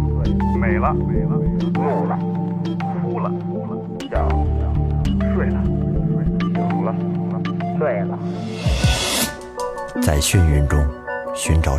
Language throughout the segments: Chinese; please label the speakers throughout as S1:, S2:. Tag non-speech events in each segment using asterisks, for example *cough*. S1: 了，美了，怒了，哭了，哭了，笑了，睡了，睡了，醒了，醉了。
S2: 在眩晕中寻找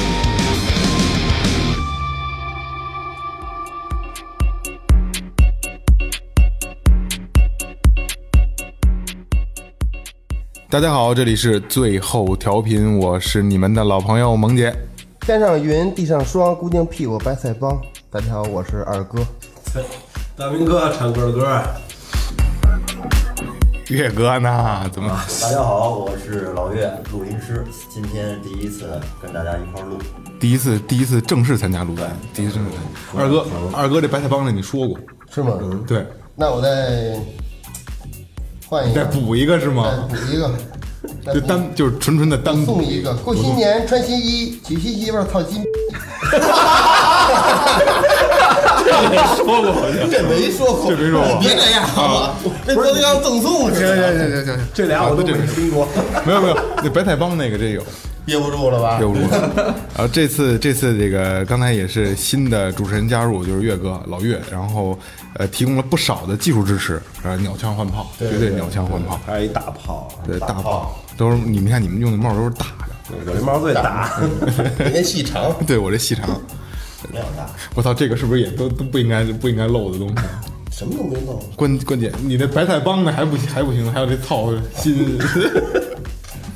S3: 大家好，这里是最后调频，我是你们的老朋友萌姐。
S4: 天上云，地上霜，姑娘屁股白菜帮。大家好，我是二哥。
S5: 大明哥唱歌的歌。
S3: 岳哥呢？怎么？
S6: 大家好，我是老岳，录音师。今天第一次跟大家一块儿录，
S3: 第一次第一次正式参加鲁班，第一次正式参加。二哥，二哥这白菜帮子你说过，
S4: 是吗？
S3: 对，
S4: 那我再换一
S3: 再
S4: 个，
S3: 补一个是
S4: 再
S3: 吗？
S4: 补一
S3: *laughs*
S4: 个，再
S3: 就
S4: 补
S3: 单就是纯纯的单补
S4: 送一个。过新年穿新衣，娶新媳妇儿操金。这没说过，
S3: *laughs* 这没说过啊
S4: 别这样好吗？这都要赠送似的。
S3: 行行行，
S5: 这俩我都没听过。
S3: *laughs*
S5: 啊
S3: 没有没有，那白菜帮那个这有
S4: 憋不住了吧？
S3: 憋不住了。然后这次这次这个刚才也是新的主持人加入，就是岳哥老岳，然后呃提供了不少的技术支持，然后鸟枪换炮，绝对鸟枪换炮，
S5: 还有一大炮，
S3: 对大炮都是你们看你们用的帽都是大的， *laughs*
S5: 我这帽最大，
S4: 你那细长，
S3: 对我这细长，
S6: 没有大，
S3: 我操，这个是不是也都都不应该不应该漏的东西？啊
S4: 什么都没弄。
S3: 关关键，你那白菜帮的还不行还不行，还有这操心。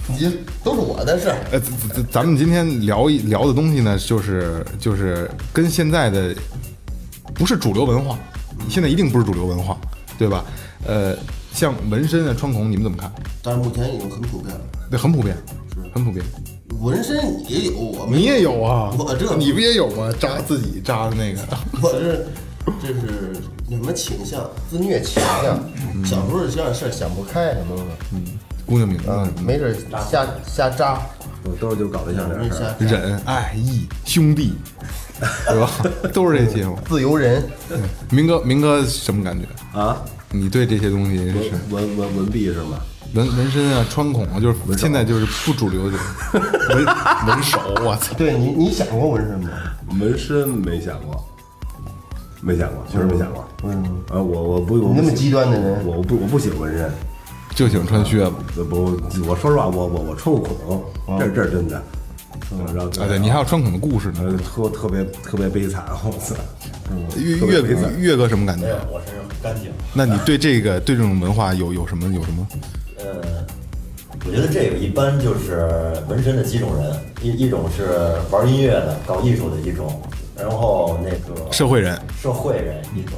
S4: 你这都是我的事儿。
S3: 呃，咱咱咱们今天聊一聊的东西呢，就是就是跟现在的不是主流文化，现在一定不是主流文化，对吧？呃，像纹身啊、穿孔，你们怎么看？
S4: 但是目前已经很普遍了。
S3: 对，很普遍，很普遍。
S4: 纹身也有，我
S3: 你也有啊？
S4: 我这
S3: 你不也有吗？扎自己扎的那个，
S4: 我这这是什么倾向？自虐倾向。小时候这样事儿想不开什么的，
S3: 姑娘名
S4: 啊
S3: 字，，
S4: 没准儿瞎瞎扎，
S5: 我都是就搞对象这
S4: 嗯没
S5: 事
S4: 准
S5: 儿。
S4: 儿瞎扎
S3: 忍、爱、义、兄弟，对吧？ *laughs* 都是这些嘛。
S4: 自由人。
S3: 明哥，明哥什么感觉？
S5: 啊，
S3: 你对这些东西是
S5: 文文文文笔是吗？
S3: 纹纹身啊、穿孔啊，就是现在就是不主流的 *laughs* 纹纹手，我操！
S4: 对你，你想过纹身吗？ *laughs*
S5: 纹身没想过，没想过，确实没想过。
S4: 为什么？
S5: 啊，我我不我不
S4: 嗯你那么
S5: 喜
S4: 极端的人
S5: 我不我不喜欢纹身。
S3: 就喜欢穿靴子。
S5: 我不，我说实话，我我我穿过
S4: 嗯
S5: 孔，这是这是真的。然后
S3: 啊，对你还有穿孔的故事呢。
S5: 呃特特别特别悲惨，我操！
S4: 嗯
S3: 岳
S5: 特别
S3: 岳
S5: 悲
S3: 哥
S5: 惨
S3: 岳哥什么感觉？
S6: 我身上很干净。
S3: 那你对这个对这种文化有有什么有什么？
S6: 呃，我觉得这个一般就是纹身的几种人，一一种是玩音乐的、搞艺术的一种，然后那个
S3: 社会人
S6: 社会人一种，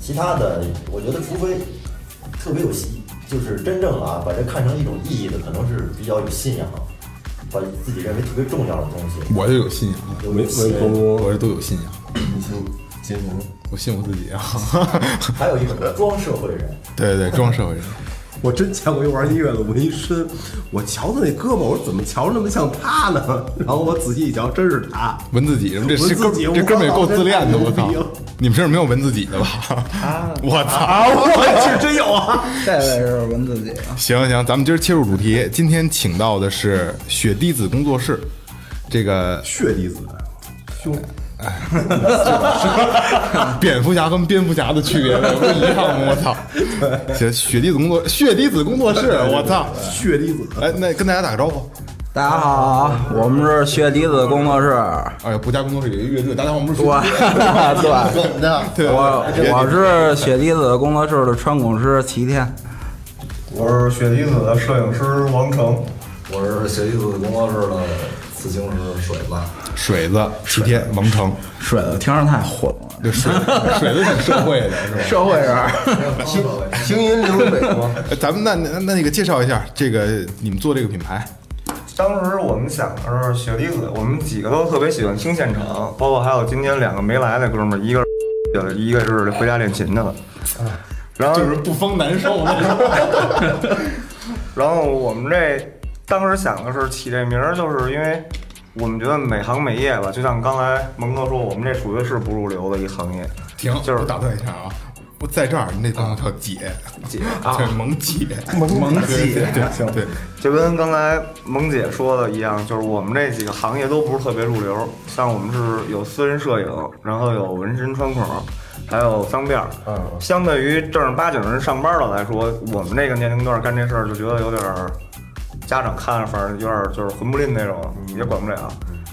S6: 其他的我觉得除非特别有戏，就是真正啊把这看成一种意义的，可能是比较有信仰，把自己认为特别重要的东西。
S3: 我就有信仰，
S6: 有
S5: 没
S6: 信
S5: 没公
S3: 我这都有信仰，
S4: 你信信什么？
S3: 我信我自 *laughs* 己啊。
S6: 还有一种装社会人，
S3: 对对，装社会人。
S5: 我真见过一玩音乐的纹一身，我瞧他那胳膊，我说怎么瞧着那么像他呢？ *laughs* 然后我仔细一瞧，真是他。
S3: 纹自己，这
S5: 纹
S3: 这哥
S5: 自己
S3: 这哥们儿也够自恋的，我
S5: 我操
S3: 操
S5: 太牛逼了！
S3: 你们身上没有纹自己的吧？ *laughs* 我操！
S5: 啊我是真有
S7: *laughs*
S5: 啊！
S7: 这位是文自己，
S3: 行行，咱们今儿切入主题，今天请到的是雪滴子工作室，这个
S5: 血滴子，
S3: 蝙蝠侠跟蝙蝠侠的区别不一样吗？我
S7: *laughs*
S3: 操！行，雪滴子工作雪滴子工作室，我操！
S5: 血滴子，
S3: 哎，那跟大家打个招呼。
S7: 大家好，我们是血滴子工作室，
S3: 哎呀，不加工作室有一乐队，大家好，我们是雪
S7: 我对。
S4: 怎么的？
S3: 对，
S7: 我我是血滴子工作室的穿孔师齐天，
S8: 我是雪滴子的摄影师王成，
S6: 我是血滴子工作室的刺青师水子。
S3: 水子、齐天、王成，
S7: 水子听着太
S3: *laughs*
S7: 混了，
S3: 这水水子挺社会的，是吧？
S7: 社会人。
S4: 行行云流水吗？
S3: 哎 *laughs* 咱们那那那那个介绍一下，这个你们做这个品牌，
S8: 当时我们想呃的是雪滴子，我们几个都特别喜欢听现场，包括还有今天两个没来的哥们儿，一个是一个是回家练琴去了。然后
S3: 就是不封难受。
S8: 然后我们这当时想的是起这名儿，就是因为我们觉得每行每业吧，就像刚才蒙哥说，我们这属于是不入流的一行业。
S3: 停，
S8: *laughs* 就是
S3: 我打断一下啊，我在这儿那朋友叫姐
S8: 姐
S3: *laughs* 对，
S8: *laughs*
S3: 萌姐，萌姐，对，行，对，
S8: 就跟刚才萌姐说的一样，就是我们这几个行业都不是特别入流，像我们是有私人摄影，然后有纹身穿孔，还有脏辫儿。
S4: 嗯
S8: 相对于正儿八经人上班的来说，我们这个年龄段干这事儿就觉得有点儿，家长看着反正有点儿就是混不吝那种，也管不了。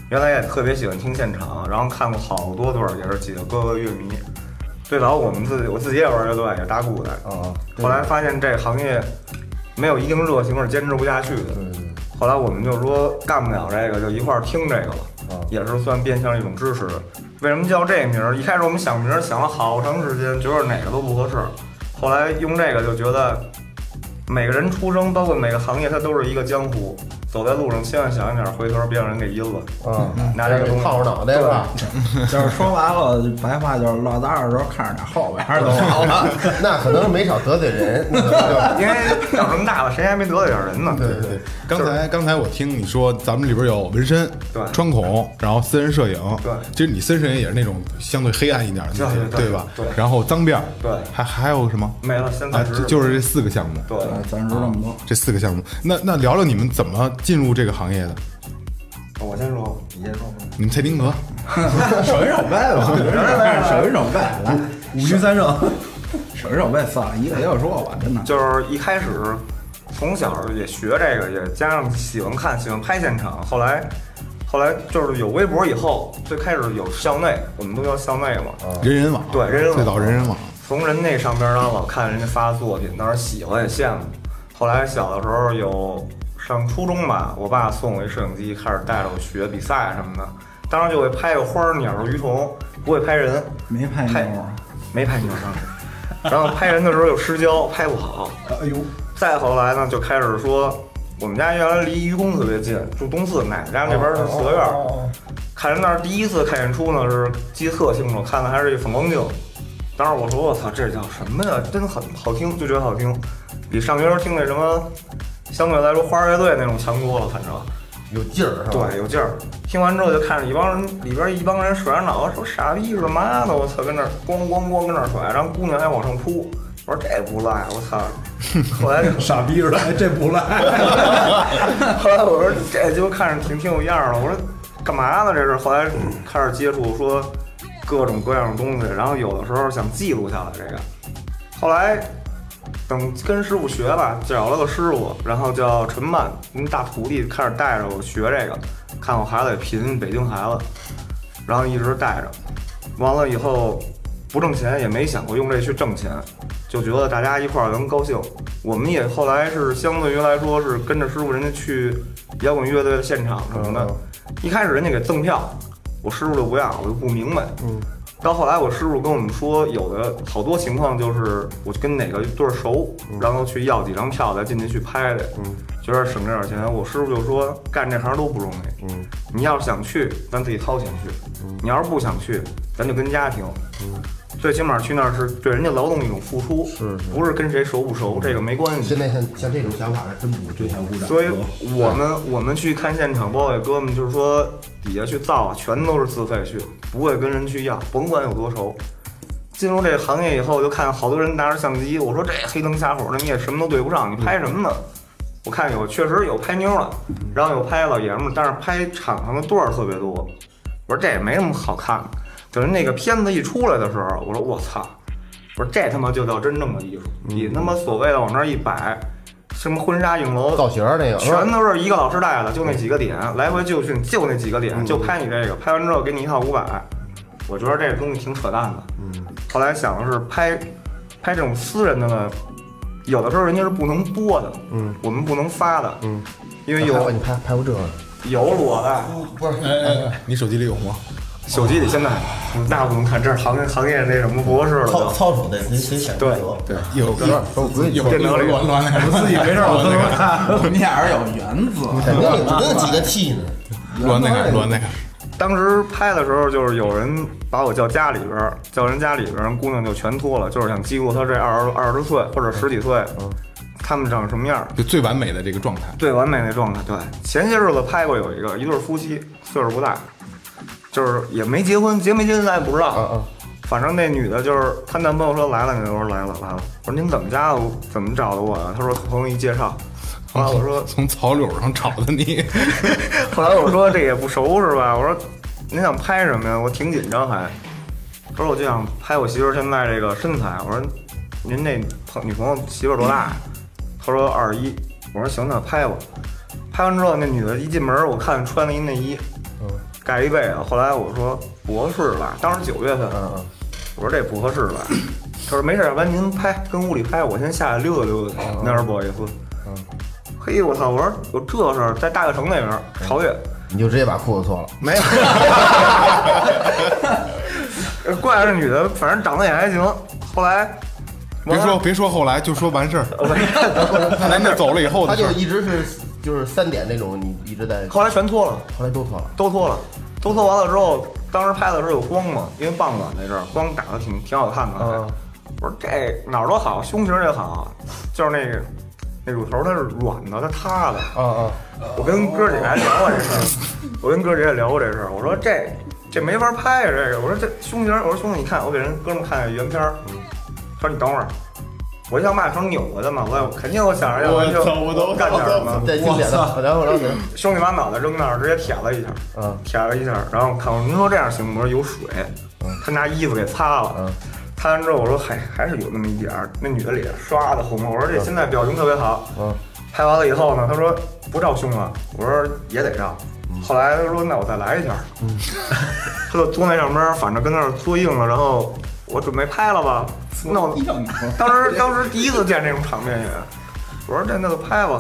S8: 原来也特别喜欢听现场，然后看过好多对儿，也是几个哥哥乐迷。最早我们自己我自己也玩乐队，也打鼓的。
S4: 啊，
S8: 后来发现这行业没有一定热情是坚持不下去的。
S3: 嗯
S8: 后来我们就说干不了这个，就一块儿听这个了，
S3: 啊
S8: 也是算变相一种支持。为什么叫这名儿？一开始我们想名儿想了好长时间，觉得哪个都不合适。后来用这个就觉得，每个人出生，包括每个行业，它都是一个江湖。走在路上千万小心点儿，回头别让人给阴了。
S4: 啊，
S8: 拿这个东西
S4: 套着脑袋吧。
S7: 就是说白了，白话就是老大的时候看着点后边儿都好了。
S4: *laughs* 那可能没少得罪人，那个
S8: 因为长这么大了，谁还没得罪点人
S3: *laughs*
S8: 呢？
S4: 对对对，
S3: 刚才刚才我听你说，咱们里边有纹身、
S8: 对
S3: 穿孔，然后私人摄影，
S8: 对
S3: 其实你私人摄影也是那种相对黑暗一点的那些，
S8: 对对对
S3: 吧？
S8: 对
S3: 然后脏辫儿，
S8: 对
S3: 还还有什么？
S8: 没了，现在
S3: 啊
S8: 只，
S3: 就就是这四个项目，
S8: 对。
S7: 咱说这么多，
S3: 这四个项目。那那聊聊你们怎么进入这个行业的？
S8: 我先说，你先说。
S3: 你们蔡丁格，
S7: 手一手背吧，手一手背，来，
S5: 五局三胜，
S7: 手一手背，算了，一个一个说吧，真的。
S8: 就是一开始从小也学这个，也加上喜欢看、喜欢拍现场。后来，后来就是有微博以后，最开始有校内，我们都叫校内嘛。
S9: 啊
S3: 人人网，
S8: 对人人网
S3: 最早人人网，
S8: 从人那上边儿呢，老看人家发作品，当时喜欢也羡慕。后来
S9: *laughs*
S8: 小的时候有上初中吧，我爸送我一摄影机，开始带着我学比赛什么的。当时就会拍个花儿、鸟儿、鱼虫，不会拍人。
S7: 没拍
S8: 拍
S7: 妞儿，
S8: 没拍牛当时。然后拍人的时候有失焦，拍不好。
S5: 哎呦，
S8: 再后来呢，就开始说，我们家原来离愚公特别近，住东四，奶奶家那边是四合院
S7: 哦
S8: 儿。看人那儿第一次看演出呢，是记得特清楚，看的还是一反光镜。当时我说我操，这叫什么呀？真很好听，就觉得好听，比上学时候听那什么，相对来说花儿乐队那种强多了，反正。
S4: 有劲儿是吧？
S8: 对，有劲儿。听完之后就看着一帮人，里边一帮人甩着脑袋说傻逼是妈的，我操，跟那儿咣咣咣跟那儿甩，然后姑娘还往上扑，我说这不赖，我 *laughs* 操。后来就
S5: 傻逼似的，哎这不赖。
S8: *laughs* 后来我说这鸡巴看着挺挺有样儿的，我说干嘛呢这是？后来开始接触说各种各样的东西，然后有的时候想记录下来这个。后来等跟师傅学吧，找了个师傅，然后叫陈曼，人大徒弟开始带着我学这个，看我孩子也贫，北京孩子，然后一直带着。完了以后不挣钱，也没想过用这去挣钱，就觉得大家一块儿能高兴。我们也后来是相对于来说是跟着师傅人家去摇滚乐队的现场什么的，一开始人家给赠票，我师傅就不要，我就不明白。嗯，到后来我师傅跟我们说，有的好多情况就是我跟哪个队儿熟，然后去要几张票再进去去拍去，嗯，觉得省这点钱。我师傅就说干这行都不容易，嗯，你要是想去，咱自己掏钱去；你要是不想去，咱就跟家庭。最起码去那儿是对人家劳动一种付出，嗯是不是跟谁熟不熟这个没关系。
S4: 现在像像这种想法还真不对，
S5: 鼓掌
S8: 所以我们我们去看现场，包括哥们就是说底下去造啊，全都是自费去，不会跟人去要，甭管有多熟。进入这个行业以后，就看好多人拿着相机，我说这黑灯瞎火的，你也什么都对不上，你拍什么呢？我看有确实有拍妞的，然后有拍老爷们儿，但是拍场上的对儿特别多。我说这也没什么好看的。等那个片子一出来的时候，我说我操，我说这他妈就叫真正的艺术，你他妈所谓的往那儿一摆，什么婚纱影楼
S4: 造型儿那个啊
S8: 全都是一嗯个老师带的，就那几个点，来回就训，就那几个点，就拍你这个，拍完之后给你一套五百。我觉得这个东西挺扯淡的。后来想的是拍拍这种私人的呢，有的时候人家是不能播的，嗯，我们不能发的，嗯，因为
S4: 有
S8: 有
S4: 你拍拍过这个？
S8: 有裸的，
S3: 你手机里有吗？
S8: 手机里现在那不能看，这是行业行业那什么博士了
S6: 操
S8: 都。
S6: 操守得得得讲
S8: 对
S6: 究。
S3: 对，有有有
S8: 电脑里
S3: 乱乱那个，自己没事
S7: 我
S3: 乱那个，
S7: 看，你俩人有原则。
S4: *laughs* 肯定有那几个 T 呢，
S3: 乱那个，乱那个。
S8: 当时拍的时候，就是有人把我叫家里边儿，叫人家里边儿，人姑娘就全脱了，就是想记录她这二十二十岁或者十几岁，他们长什么样儿，
S3: 就最完美的这个状态。
S8: 最完美那状态。对，前些日子拍过有一个一对夫妻，岁数不大，就是也没结婚，结没结婚咱也不知道。反正那女的就是她男朋友说来了，我说来了来了。我说您怎么加的我？怎么找的我呀？她说朋友一介绍。后来我说，
S3: 从草柳上找的你，
S8: 后来我说这也不熟是吧？我说您想拍什么呀？我挺紧张还。我说我就想拍我媳妇儿现在这个身材。我说您那朋女朋友媳妇儿多大呀？她说二十一。我说行，那拍吧。拍完之后，那女的一进门，我看穿了一内衣，盖一被子。后来我说不合适吧，当时九月份，我说这不合适吧。她说没事，要不然您拍，跟屋里拍，我先下来溜达溜达。那是不好意思。嘿，我操！我说有这事儿，在大悦城那边儿，朝越
S4: 你就直接把裤子脱了。
S8: 没有。呃怪这女的，反正长得也还行。后来，
S3: 别说别说后来，就说完事儿。男的走了以后
S4: 他
S3: 的事
S4: 就
S3: 儿，
S4: 一直是就是三点那种，你一直在，
S8: 后来全脱了，
S4: 后来都脱了。
S8: 都脱了，都脱完了之后，当时拍的时候有光嘛，因为傍晚那阵儿光打的挺挺好看的。我说这哪儿都好，胸型也好，就是那个那乳头它是软的，它塌的。
S4: 啊啊，
S8: 我跟哥姐还聊过这事儿，我跟哥姐也聊过这事儿。我说这这没法拍呀、啊这个。我说这胸型，我说兄弟，你看我给人哥们看原片儿，他说你等会儿，我想把成扭过去嘛，我也肯定我想着要不然就
S3: 我操我都
S8: 干点什么。
S4: 再经典的，然后然后呢？
S8: 兄弟把脑袋扔那儿，直接舔了一下，
S4: 嗯
S8: 舔了一下，然后我看我您说这样行吗？我说有水，
S4: 嗯
S8: 他拿衣服给擦了，擦完之后我说还还是有那么一点儿，那女的脸刷的红了，我说这现在表情特别好，
S4: 嗯
S8: 拍完了以后呢，他说不照胸了，我说也得照，
S4: 嗯
S8: 后来他说那我再来一下， *laughs* 他就坐那上边儿，反正跟那儿作硬了，然后我准备拍了吧，那我当时当时第一次见这种场面也，我说这那就拍吧。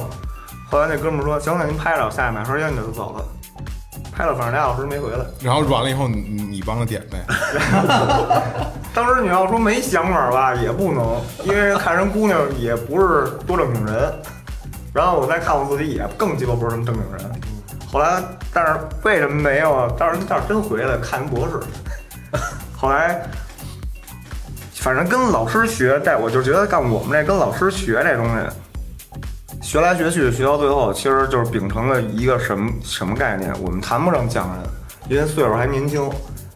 S8: 后来那哥们儿说行了，您拍着，我下去买盒烟去就走了。拍了，反正俩小时没回来。
S3: 然后软了以后，你你帮着点呗。
S8: 当时你要说没想法吧，也不能，因为看人姑娘也不是多正经人。然后我再看我自己，也更鸡巴不是什么正经人。后来，但是为什么没有啊？当时当时真回来看人博士。后来，反正跟老师学，但我就觉得干我们这跟老师学这东西，学来学去，学到最后，其实就是秉承了一个什么什么概念？我们谈不上匠人，因为岁数还年轻，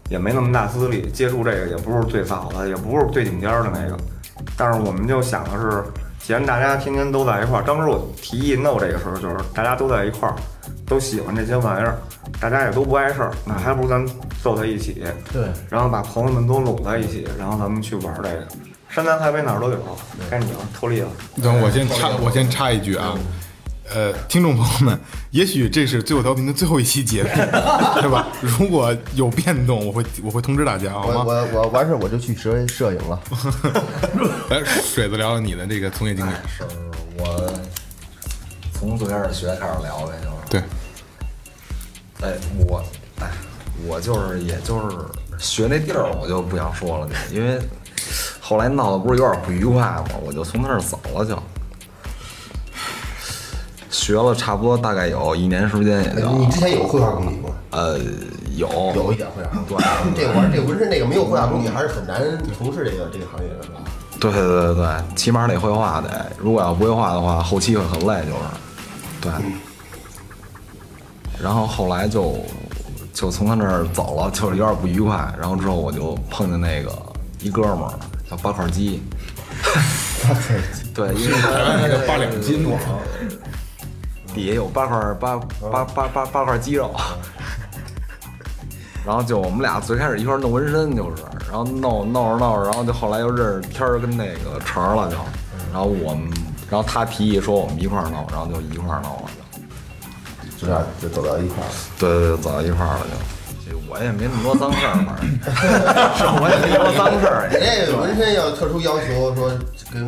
S8: 也没那么大资历，接触这个也不是最早的，也不是最顶尖儿的那个。但是我们就想的是，既然大家天天都在一块儿，当时我提议弄这个时候，就是大家都在一块儿，都喜欢这些玩意儿，大家也都不碍事儿，那还不如咱凑在一起，
S4: 对，
S8: 然后把朋友们都拢在一起，然后咱们去玩这个。山南海北哪儿都有，该你了，脱力了。
S3: 等我先插，我先插一句啊，呃，听众朋友们，也许这是最后调频的最后一期
S9: *laughs*
S3: 节目，对吧？如果有变动，我会我会通知大家，好
S4: 我
S3: 吗？
S4: 我我完事儿我就去摄摄影了。
S3: 来，哎水子聊聊你的这个从业经历。
S9: 我从最开始学开始聊呗，就是，
S3: 对，
S9: 哎，我，哎，我就是，也就是学那地儿，我就不想说了，就因为后来闹得不是有点不愉快嘛，我就从那儿走了，就。学了差不多大概有一年时间，也就
S4: 你之前有绘画功底吗？
S9: 呃有
S4: 有一点绘画功底。
S9: 对
S4: 这玩意儿这纹身这个没有绘画功底还是很难从事这个这个行业的。
S9: 对对对对，起码得会画得，如果要不会画的话，后期会很累，就是，对。然后后来就就从他那儿走了，就是有点不愉快。然后之后我就碰见那个一哥们儿叫八块鸡， *laughs* 对，因为
S3: 台湾那个八两金多少？
S9: 底下有八块八八八八八块肌肉， *laughs* 然后就我们俩最开始一块儿弄纹身就是，然后弄弄着弄着，然后就后来又认识天儿跟那个成儿了就，然后我们，然后他提议说我们一块儿弄，然后就一块儿弄了
S4: 就
S9: 就，
S4: 这样就走到一块儿了。
S9: 对对对，走到一块儿了就，这我也没那么多脏事儿，反正 *laughs* 是我也没那么多脏事儿
S4: 你，这个纹身要特殊要求，说跟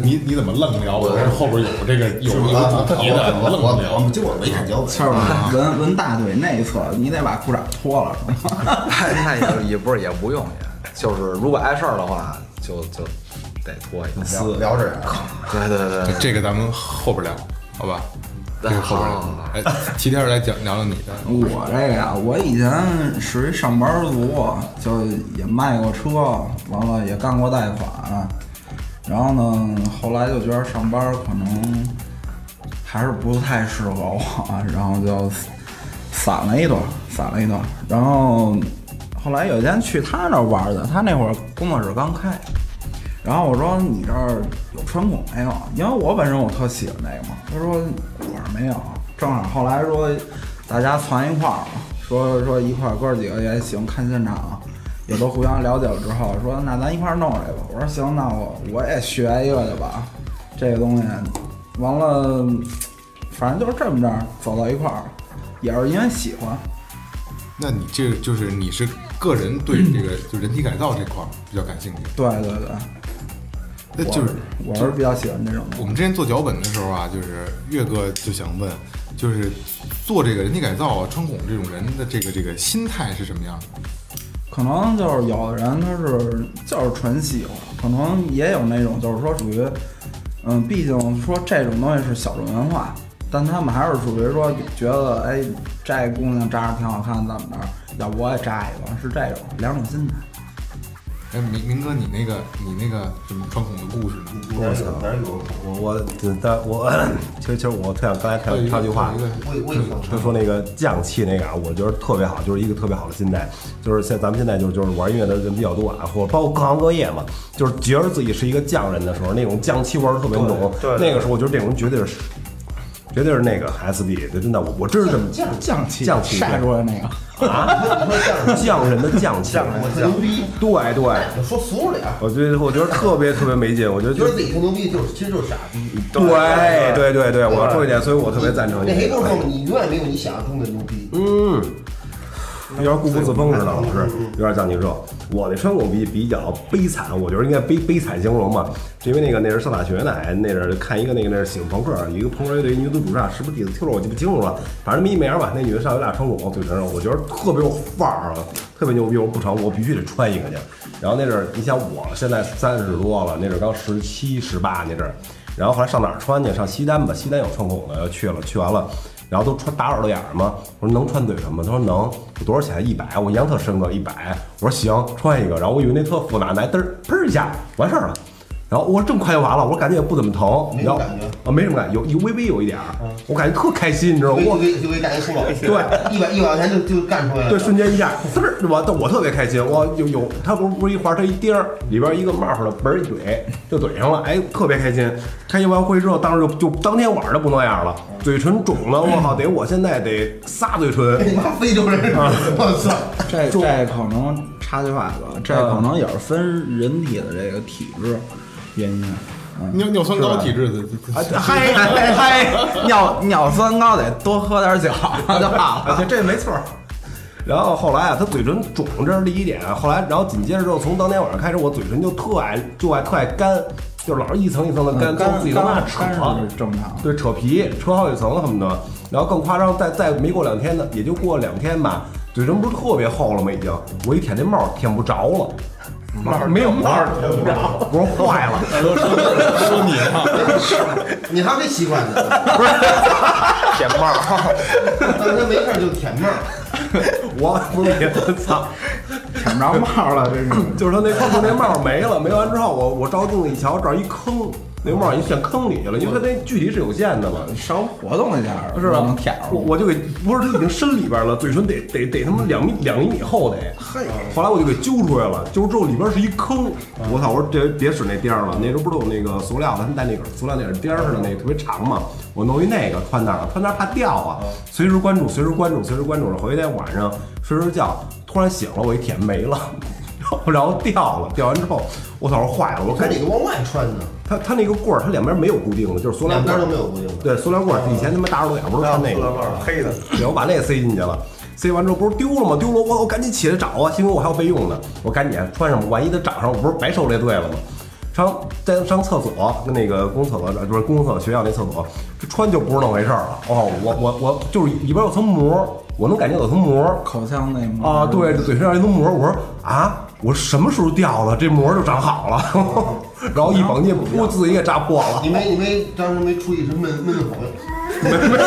S3: 你你怎么愣聊？我是后边有这个有这个主题的，你愣
S4: 我我
S3: 聊
S4: 们。就我没看交
S7: 就是纹纹大腿内侧，你得把裤衩脱了。
S9: *laughs* 那也也不是也不用也，就是如果碍事儿的话，就就得脱一下，
S4: 本，聊这儿
S9: 对对 *laughs* 对对。
S3: 这个咱们后边聊，好吧？这个后边
S9: *laughs* 好
S3: 聊。哎，齐天儿来讲聊聊你的。
S7: 我这个呀，我以前属于上班族，就也卖过车，完了也干过贷款，然后呢，后来就觉得上班可能还是不太适合我，然后就散了一段，散了一段。然后后来有一天去他那儿玩的，他那会儿工作室刚开，然后我说你这儿有穿孔没有？因为我本身我特喜欢那个嘛。他说我说没有，正好后来说大家攒一块儿嘛，说说一块儿哥几个也行，看现场。也都互相了解了之后，说那咱一块儿弄这个吧。我说行，那我我也学一个去吧。这个东西，完了，反正就是这么着走到一块儿了，也是因为喜欢。
S3: 那你这就是你是个人对这个就人体改造这块儿比较感兴趣？
S7: 对对对。
S3: 那就是
S7: 我是比较喜欢这种。
S3: 我们之前做脚本的时候啊，就是岳哥就想问，就是做这个人体改造啊、穿孔这种人的这个这个心态是什么样的？
S7: 可能就是有的人他是就是纯喜欢，可能也有那种就是说属于，嗯，毕竟说这种东西是小众文化，但他们还是属于说觉得哎，这姑娘扎着挺好看，怎么着，要不我也扎一个，是这种两种心态。
S3: 哎，明明哥，你那个你那个什么穿孔的故事呢？
S4: 哪有？
S5: 我我但我其实其实我特想刚才特想插句
S4: 啊
S5: 话，他说那个匠气那个啊，我觉得特别好，就是一个特别好的心态，就是现咱们现在就是就是玩音乐的人比较多啊，或者包括各行各业嘛，就是觉得自己是一个匠人的时候，那种匠气味儿特别浓。
S8: 对对对
S5: 那个时候我觉得这种人绝对是。绝对是那个 SB，真的，我我真是这么
S7: 匠匠气
S5: 匠气
S7: 晒出来那
S5: 个啊，匠人的匠气，
S4: 牛逼，
S5: 对对，
S4: 说俗点儿，
S5: 我觉得我觉得特别特别没劲，我觉得
S4: 觉
S5: 就
S4: 得自己吹牛逼就是其实就是傻逼。
S5: 对对对对，我要说一点，所以我特别赞成
S4: 那谁
S5: 你
S4: 跟。我说你永远没有你想象中的牛逼？
S5: 嗯，有点固步自封似的，老师，有点像你说。我那穿孔比比较悲惨，我觉得应该悲悲惨形容吧，是因为那个那是上大学呢，还那阵儿看一个那个那是喜欢朋克，有一个朋克乐队女子主唱，是不是底子听着我记不清楚了，反正没名儿吧。那女的上有俩穿孔，对着我觉得特别有范儿啊，特别牛逼，我不成，我必须得穿一个去。然后那阵儿，你想我现在三十多了，那阵儿刚十七十八那阵儿，然后后来上哪儿穿去？上西单吧，西单有穿孔的，去了，去完了。然后都穿打耳朵眼儿吗？我说能穿嘴上吗？他说能。我多少钱？一百。我印象特深刻，一百。我说行，穿一个。然后我以为那特复杂，来嘚儿喷一下完事儿了。然后我说这么快就完了，我说感觉也不怎么疼，
S4: 没
S5: 然
S4: 什么
S5: 后
S4: 感觉嗯
S5: 啊，没什么感觉，有有微微有一点儿，我感觉特开心，你知道吗？
S4: 就
S5: 我
S4: 给就给大家说了，
S5: 对
S4: 一百一百块钱就就干出来了。
S5: 对，瞬间一下嘚儿，我我特别开心，我有有，它不是不是一环，它一钉儿，里边一个帽儿的，嘣儿一怼就怼上了，哎，特别开心。开心完会之后，当时就就当天晚上就不那样了，嘴唇肿了，我靠，得我现在得仨嘴唇，
S4: 你妈非洲人，
S5: 啊
S4: 我操！
S7: 这这可能插句话吧，这可能也是分人体的这个体质原 *laughs* 因。嗯
S3: 尿尿酸高体质的，
S4: 啊
S7: 嗨嗨嗨，尿尿酸高得多喝点酒就好了。
S5: 啊这没错。然后后来啊，他嘴唇肿，这是第一点。啊后来，然后紧接着之后，从当天晚上开始，我嘴唇就特爱，就爱特爱干，就是老是一层一层的干，
S7: 嗯干
S5: 自己他妈
S7: 干
S5: 扯啊
S7: 干是正常
S5: 对，扯皮，扯好几层什么的。然后更夸张，再再没过两天呢，也就过两天吧，嘴唇不是特别厚了吗？已经，我一舔这帽儿舔不着了。帽儿没有帽儿舔不着， *laughs* 我说坏了，说你
S4: 你还有这习惯呢？
S5: 舔帽儿，
S4: 那没事儿就
S5: *laughs*
S4: 舔面儿。
S5: 我不是我操，
S7: 舔不着帽了，这是。
S5: 就是他那他那帽没了，没完之后，我我照镜子一瞧，这儿一坑，那帽已经陷坑里去了，因为它那距离是有限的嘛，
S7: 稍微 *laughs* 活动一下
S5: 是吧？
S7: 能舔着
S5: 我我就给不是，它已经伸里边了，嘴唇得得得他妈两米两厘米厚得。嘿，后来我就给揪出来了，揪之后里边是一坑，我操！我说这别使那钉儿了，那时候不是有那个塑料的，他们带那个塑料那耳钉儿似的，那个特别长嘛，我弄一那个穿那儿了，穿那儿怕掉啊，随时关注，随时关注，随时关注着。回去晚上睡睡觉，突然醒了，我一舔没了。然后掉了，掉完之后，我操，我坏了！我
S4: 还
S5: 赶
S4: 得
S5: 紧，
S4: 往外穿呢，
S5: 它它那个棍儿，它两边没有固定的，就是塑料
S4: 两边
S5: 棍儿
S4: 都没有固定的。
S5: 对，塑料棍儿，以前他妈大耳朵眼儿不是穿那
S8: 嗯
S5: 个，
S8: *laughs* 黑的，
S5: 对，我把那个塞进去了，塞完之后不是丢了吗？丢了，我我赶紧起来找啊，幸亏我还有备用呢，我赶紧穿上吧，万一它长上，我不是白受这罪了吗？上在上厕所，那个公厕所不是公厕，学校那厕所，这穿就不是那么回事儿了。哦，我我我就是里边有层膜，我能感觉有层膜，
S7: 口腔内膜
S5: 啊，对，这嘴唇上一层膜，我说啊，我什么时候掉了？这膜就长好了， *laughs* 然后一猛劲，噗，自己给扎破了。
S4: 你
S3: *laughs*
S4: 没你没当时没注意是闷闷的朋友，不知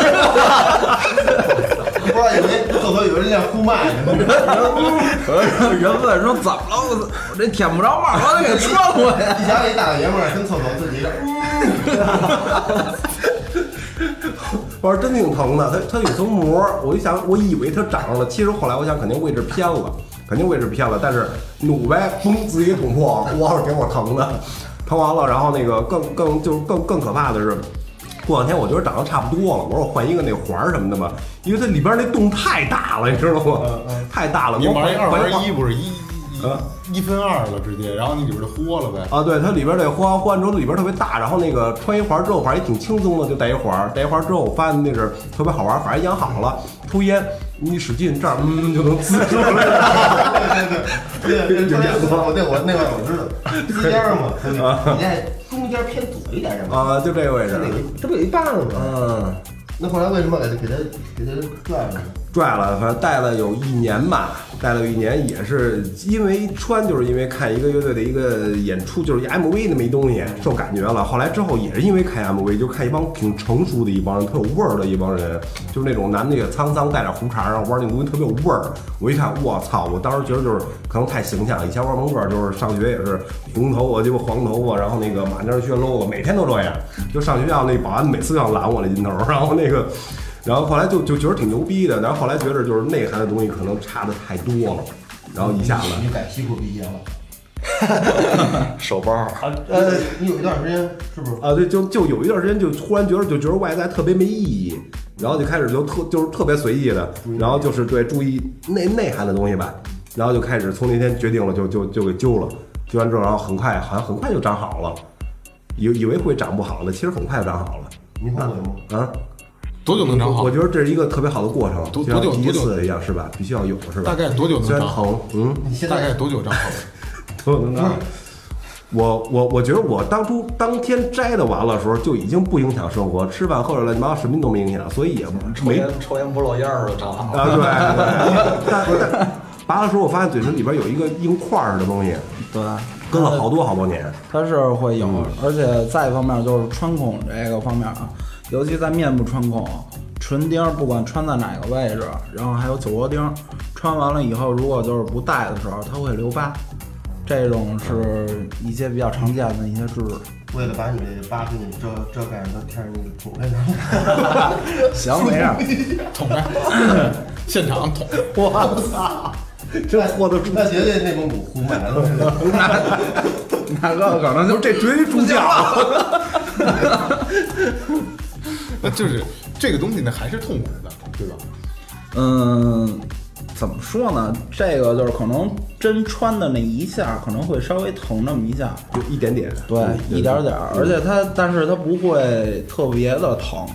S4: 道以为厕所有人在呼麦呢。
S7: *laughs* 人问说怎么了？我我这舔不着帽，把
S4: *laughs*
S7: 它给穿过来。
S4: 你想，一大老爷们儿跟厕所自己这，
S5: 我说真挺疼的，它它有层膜，我就想，我以为它长上了，其实后来我想肯定位置偏了，肯定位置偏了，但是努呗，嘣自己给捅破，哇，给我疼的，疼完了，然后那个更更就是更更可怕的是。过两天我觉得长得差不多了，我说我换一个那环儿什么的吧，因为它里边那洞太大了，你知道吗？太大了，
S3: 嗯你玩一
S5: 一
S3: 二玩一不是一一一分二了直接，然后你里边就豁了
S5: *laughs*
S3: 呗。
S5: 啊，对，它里边得换换之后里边特别大，然后那个穿一环之后反正也挺轻松的，就戴一环，戴一环之后我发现那是特别好玩，反正养好了，抽烟你使劲这儿嗯就能滋出来了，
S4: 对对对，我对我那会儿我知道，中间儿嘛，
S5: 啊
S4: 你在中间偏左一点是吧？
S5: 啊，就这个位置
S4: 这，里这不有一棒子吗？
S5: 嗯，
S4: 那后来为什么给他给他给他拽了呢？
S5: 拽了，反正戴了有一年吧，戴了有一年也是因为穿，就是因为看一个乐队的一个演出，就是一 MV 那么一东西，受感觉了。后来之后也是因为看 MV，就看一帮挺成熟的一帮人，特有味儿的一帮人，就是那种男的也沧桑，带点胡茬儿，然后玩那东西特别有味儿。我一看，我操！我当时觉得就是可能太形象了。以前玩蒙哥就是上学也是红头发，鸡巴黄头发，然后那个马丁靴喽子，每天都这样。就上学校那保安每次都想拦我那劲头儿，然后那个。然后后来就就觉得挺牛逼的，然后后来觉得就是内涵的东西可能差的太多了，然后一下子
S4: 你改西裤毕业了。
S5: *laughs*
S10: 手包，
S4: 呃，你有一段时间是不是？
S5: 啊，对，就就有一段时间就忽然觉得就觉得外在特别没意义，然后就开始就特就是特别随意的，然后就是对注意内内涵的东西吧，然后就开始从那天决定了就就就给揪了，揪完之后然后很快好像很快就长好了，以以为会长不好了，其实很快就长好了。
S4: 你后悔吗？
S5: 啊，
S3: 多久能长好
S5: 我觉得这是一个特别好的过程，
S3: 多
S5: 就像
S3: 多久
S5: 第一
S3: 多久
S5: 次一样是吧？必须要有是吧？
S3: 大概多久能嗯
S5: 虽然
S3: 长
S5: 疼，嗯，
S4: 你现
S3: 大
S4: 在
S3: 概多久长好了？
S5: 多久能长？我我我觉得我当初当天摘的完了的时候就已经不影响生活，吃饭喝水乱七八糟什么都没影响，所以也
S10: 抽
S5: 没
S10: 烟抽烟不漏烟儿就长好了。
S5: 啊，对，对
S10: *laughs*
S5: 但但拔的时候，我发现嘴唇里边有一个硬块儿似的东西，
S7: 对，嗯
S5: 跟了好多好多年。
S7: 它是会有，而且再一方面就是穿孔这个方面啊，尤其在面部穿孔、唇钉，不管穿在哪个位置，然后还有酒窝钉，穿完了以后，如果就是不戴的时候，它会留疤，这种是一些比较常见的一些知 *laughs* 识。
S4: 为了把你这疤给你遮遮盖，都天上给你捅开呢。
S7: 行，没事儿，
S3: 捅呗，现场捅。
S4: 我操！这豁得住， *laughs* 那绝对内蒙古呼麦了。
S7: 大哥可能就这绝对助教。
S3: 那就是这个东西呢，还是痛苦的，对吧？
S7: 嗯，怎么说呢？这个就是可能真穿的那一下，可能会稍微疼那么一下，嗯
S5: 就一
S10: *laughs*
S5: 点点，
S7: 对，一点点儿，而且它，但是它不会特别的疼，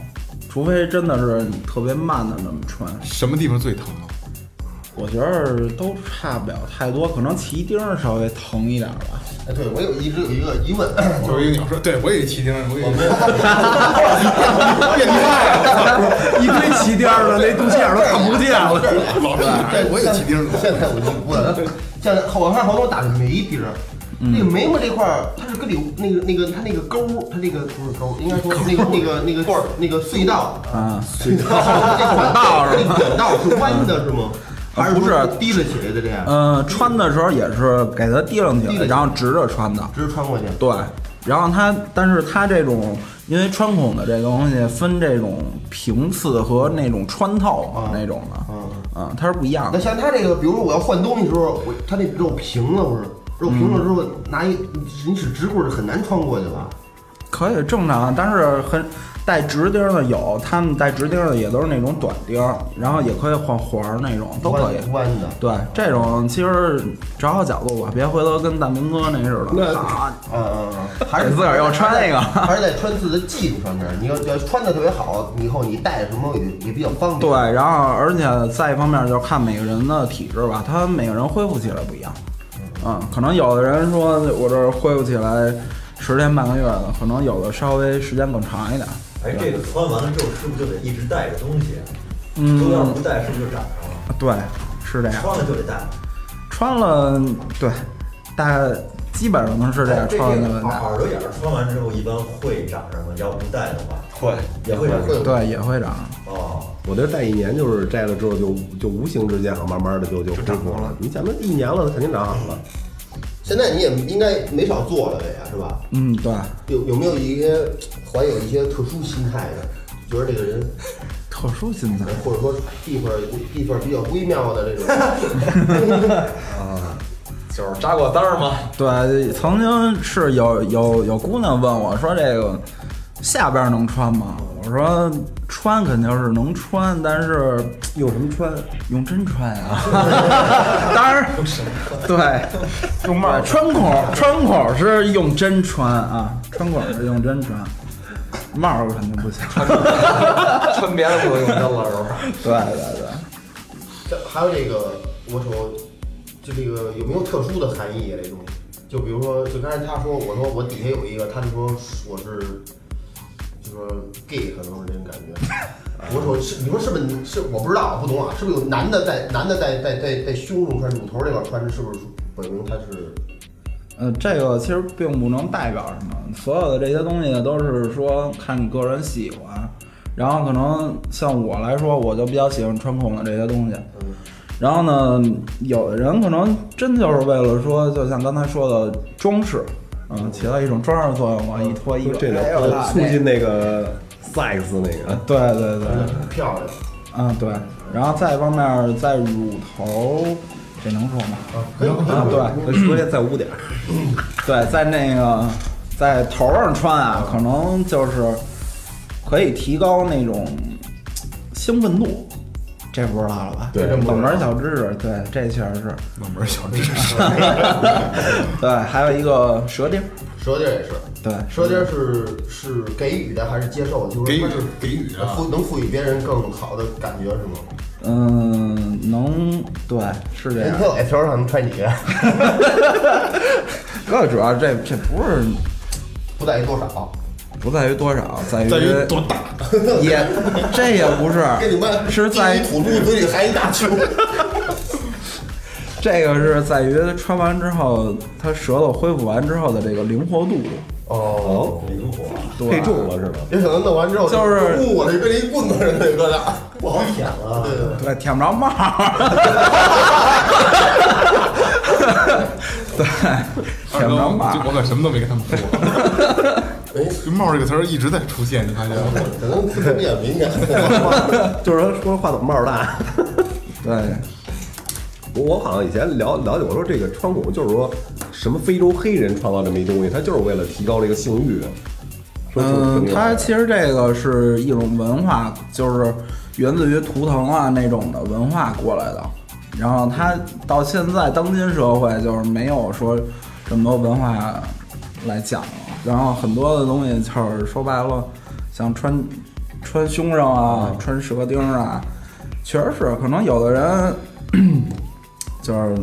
S7: 除非真的是你特别慢的那么穿。
S3: 什么地方最疼啊？
S7: 我觉得都差不了太多，可能骑钉儿稍微疼一点儿吧。
S4: 哎，对我有一直有一个疑问，
S3: 就是一个鸟说，对我也骑钉，我也
S5: 一堆齐颠儿的，那肚脐眼儿都看不见了。
S3: 老是
S4: *laughs*
S3: 哎，我也骑钉呢。
S4: 现在我就不 *laughs* 了。现在我看好多打的眉钉儿，那个眉毛这块儿，它是跟里那个那个它那个沟儿，它那个不是沟儿，应该说那个那个那个那个隧道
S7: 啊，
S4: 隧道， *laughs* 那管道是吗？管道是弯的是吗？
S7: 啊
S4: 还是
S7: 不是
S4: 说提了起来的这样，
S7: 嗯、穿的时候也是给它提上去
S4: 提了
S7: 了，
S4: 起
S7: 然后直着穿的。
S4: 直接穿过去。
S7: 对，然后它，但是它这种因为穿孔的这个东西分这种平刺和那种穿透
S4: 啊
S7: 那种的，
S4: 嗯
S7: 嗯，它是不一样
S4: 那
S7: 的。
S4: 像他这个，比如说我要换东西的时候，我他那肉平了不是？肉平了之后，拿一你使直棍儿是很难穿过去吧？
S7: 可以正常，啊但是很带直钉儿的有，他们带直钉儿的也都是那种短钉儿，然后也可以换环儿那种，都可以。
S4: 弯弯的。
S7: 对，这种其实找好角度吧，别回头跟大明哥那似的，啊，
S4: 嗯嗯嗯，还是
S7: 给自个儿要
S4: *laughs*
S7: 穿那个
S4: 还是在穿刺的技术上面，你要要穿的特别好，以后你戴什么也也比较方便。
S7: 对，然后而且再一方面就是看每个人的体质吧，他每个人恢复起来不一样。嗯，可能有的人说我这儿恢复起来十天半个月的，可能有的稍微时间更长一点。
S6: 哎，这个穿完了之后，是不是就得一直带着东西？啊都要
S7: 嗯，
S6: 不带，是不是就长上了？
S7: 对，是
S4: 嗯
S7: 这样。
S6: 穿了就得带。
S7: 穿了，对，大基本上能是这样
S6: 这
S7: 穿了
S4: 嗯
S6: 个
S7: 就
S6: 耳
S7: 打
S6: 耳朵眼儿穿完之后，一般会长上吗？要不带的话，
S10: 会
S6: 也会长。
S7: 对，也会长。
S6: 哦，
S5: 我那戴一年就是摘了之后就就无形之间啊，慢慢的就就恢复了。你前面一年了，它肯定长好了。
S7: 嗯
S4: 现在你也应该没少做了，这也是吧？
S7: 嗯，对。
S4: 有有没有一些怀有一些特殊心态的？觉得这个人呃
S7: 特殊心态，
S4: 或者说地方地方比较微妙的这种， *laughs*
S9: 啊，就是扎过单儿吗？
S7: 对，曾经是有有有姑娘问我说：“这个下边能穿吗？”我说：“穿肯定是能穿，但是
S5: 用什么穿？
S7: 用针穿啊！当然，对，
S8: 用帽
S7: 穿孔穿孔是用针穿啊，穿孔是用针穿。”帽儿肯定不行， *laughs*
S9: 穿别的不能用灯了，是
S7: 吧？对对对。
S4: 这还有这个，我瞅，就这个有没有特殊的含义啊？这东西，就比如说，就刚才他说，我说我底下有一个，他就说我是，就说 gay 可能是这种感
S3: *laughs*
S4: 觉。我瞅是，你说是不是？是我不知道，我不懂啊。是不是有男的在男的在在在在胸中穿，乳头这块穿着，是不是本名他是？
S7: 呃，这个其实并不能代表什么，所有的这些东西呢，都是说看你个人喜欢。然后可能像我来说，我就比较喜欢穿孔的这些东西。然后呢，有的人可能真就是为了说，就像刚才说的装饰，嗯，起到一种装饰作用嘛，一脱衣服，
S5: 这
S7: 哎呦
S5: 个促进那个 sex 那个，
S7: 对对对，
S4: 漂亮。
S7: 啊对，然后再一方面，在乳头。这能说吗？
S4: 可以
S7: 啊，对，
S5: 说再污点。
S7: 对，在那个在头上穿啊，可能就是可以提高那种兴奋度，这不知道了吧？
S5: 对，
S7: 冷门小知识，对，这确实是
S3: 冷门小知识。
S7: 对，还有一个舌钉，
S4: 舌钉也是。
S7: 对，
S4: 舌钉是是给予的还是接受的？就是
S3: 给予
S4: 它是
S3: 给予啊
S4: 赋能赋予别人更好的感觉是吗？
S7: 嗯，能，对，啊是这
S4: 人
S7: 样。
S4: 家
S7: *laughs*
S4: 在头上能穿你， *laughs*
S7: 最主要这这不是
S4: 不在于多少，
S7: 不在于多少，在于
S3: 在于多大，
S7: 也这也不是，
S4: 跟你们
S7: 是在于
S4: 土著嘴里含一大
S7: *laughs*
S4: 球。
S7: 这个是在于穿完之后，它舌头恢复完之后的这个灵活度，
S4: 哦，
S5: 灵活，
S7: 对
S5: 配重了是吧？
S4: 有可能弄完之后
S7: 就是
S4: 不，我这跟一棍子似的，哥俩不好舔了。对对
S7: 对，舔不着帽儿，
S3: *laughs*
S7: 对，
S3: 二
S7: 舔不
S3: 哥，
S7: 着
S3: *laughs*
S7: 帽
S3: 我
S7: 儿
S3: 就，我可什么都没跟他们说。这帽这个词儿一直在出现，你发现吗？
S4: 对，可能自己也敏感。
S5: *laughs* 就是说说话筒帽大。 *laughs*
S7: 对，
S5: 我我好像以前了了解，我说这个穿孔就是说什么非洲黑人创造这么一东西，他就是为了提高这个性欲。说挺
S7: 嗯，
S5: 挺有
S7: 它其实这个是一种文化，就是源自于图腾啊那种的文化过来的。然后它到现在当今社会，就是没有说这么多文化来讲了。然后很多的东西就是说白了，像穿穿胸上啊，穿舌钉啊，确实是可能有的人 *clears throat* 就是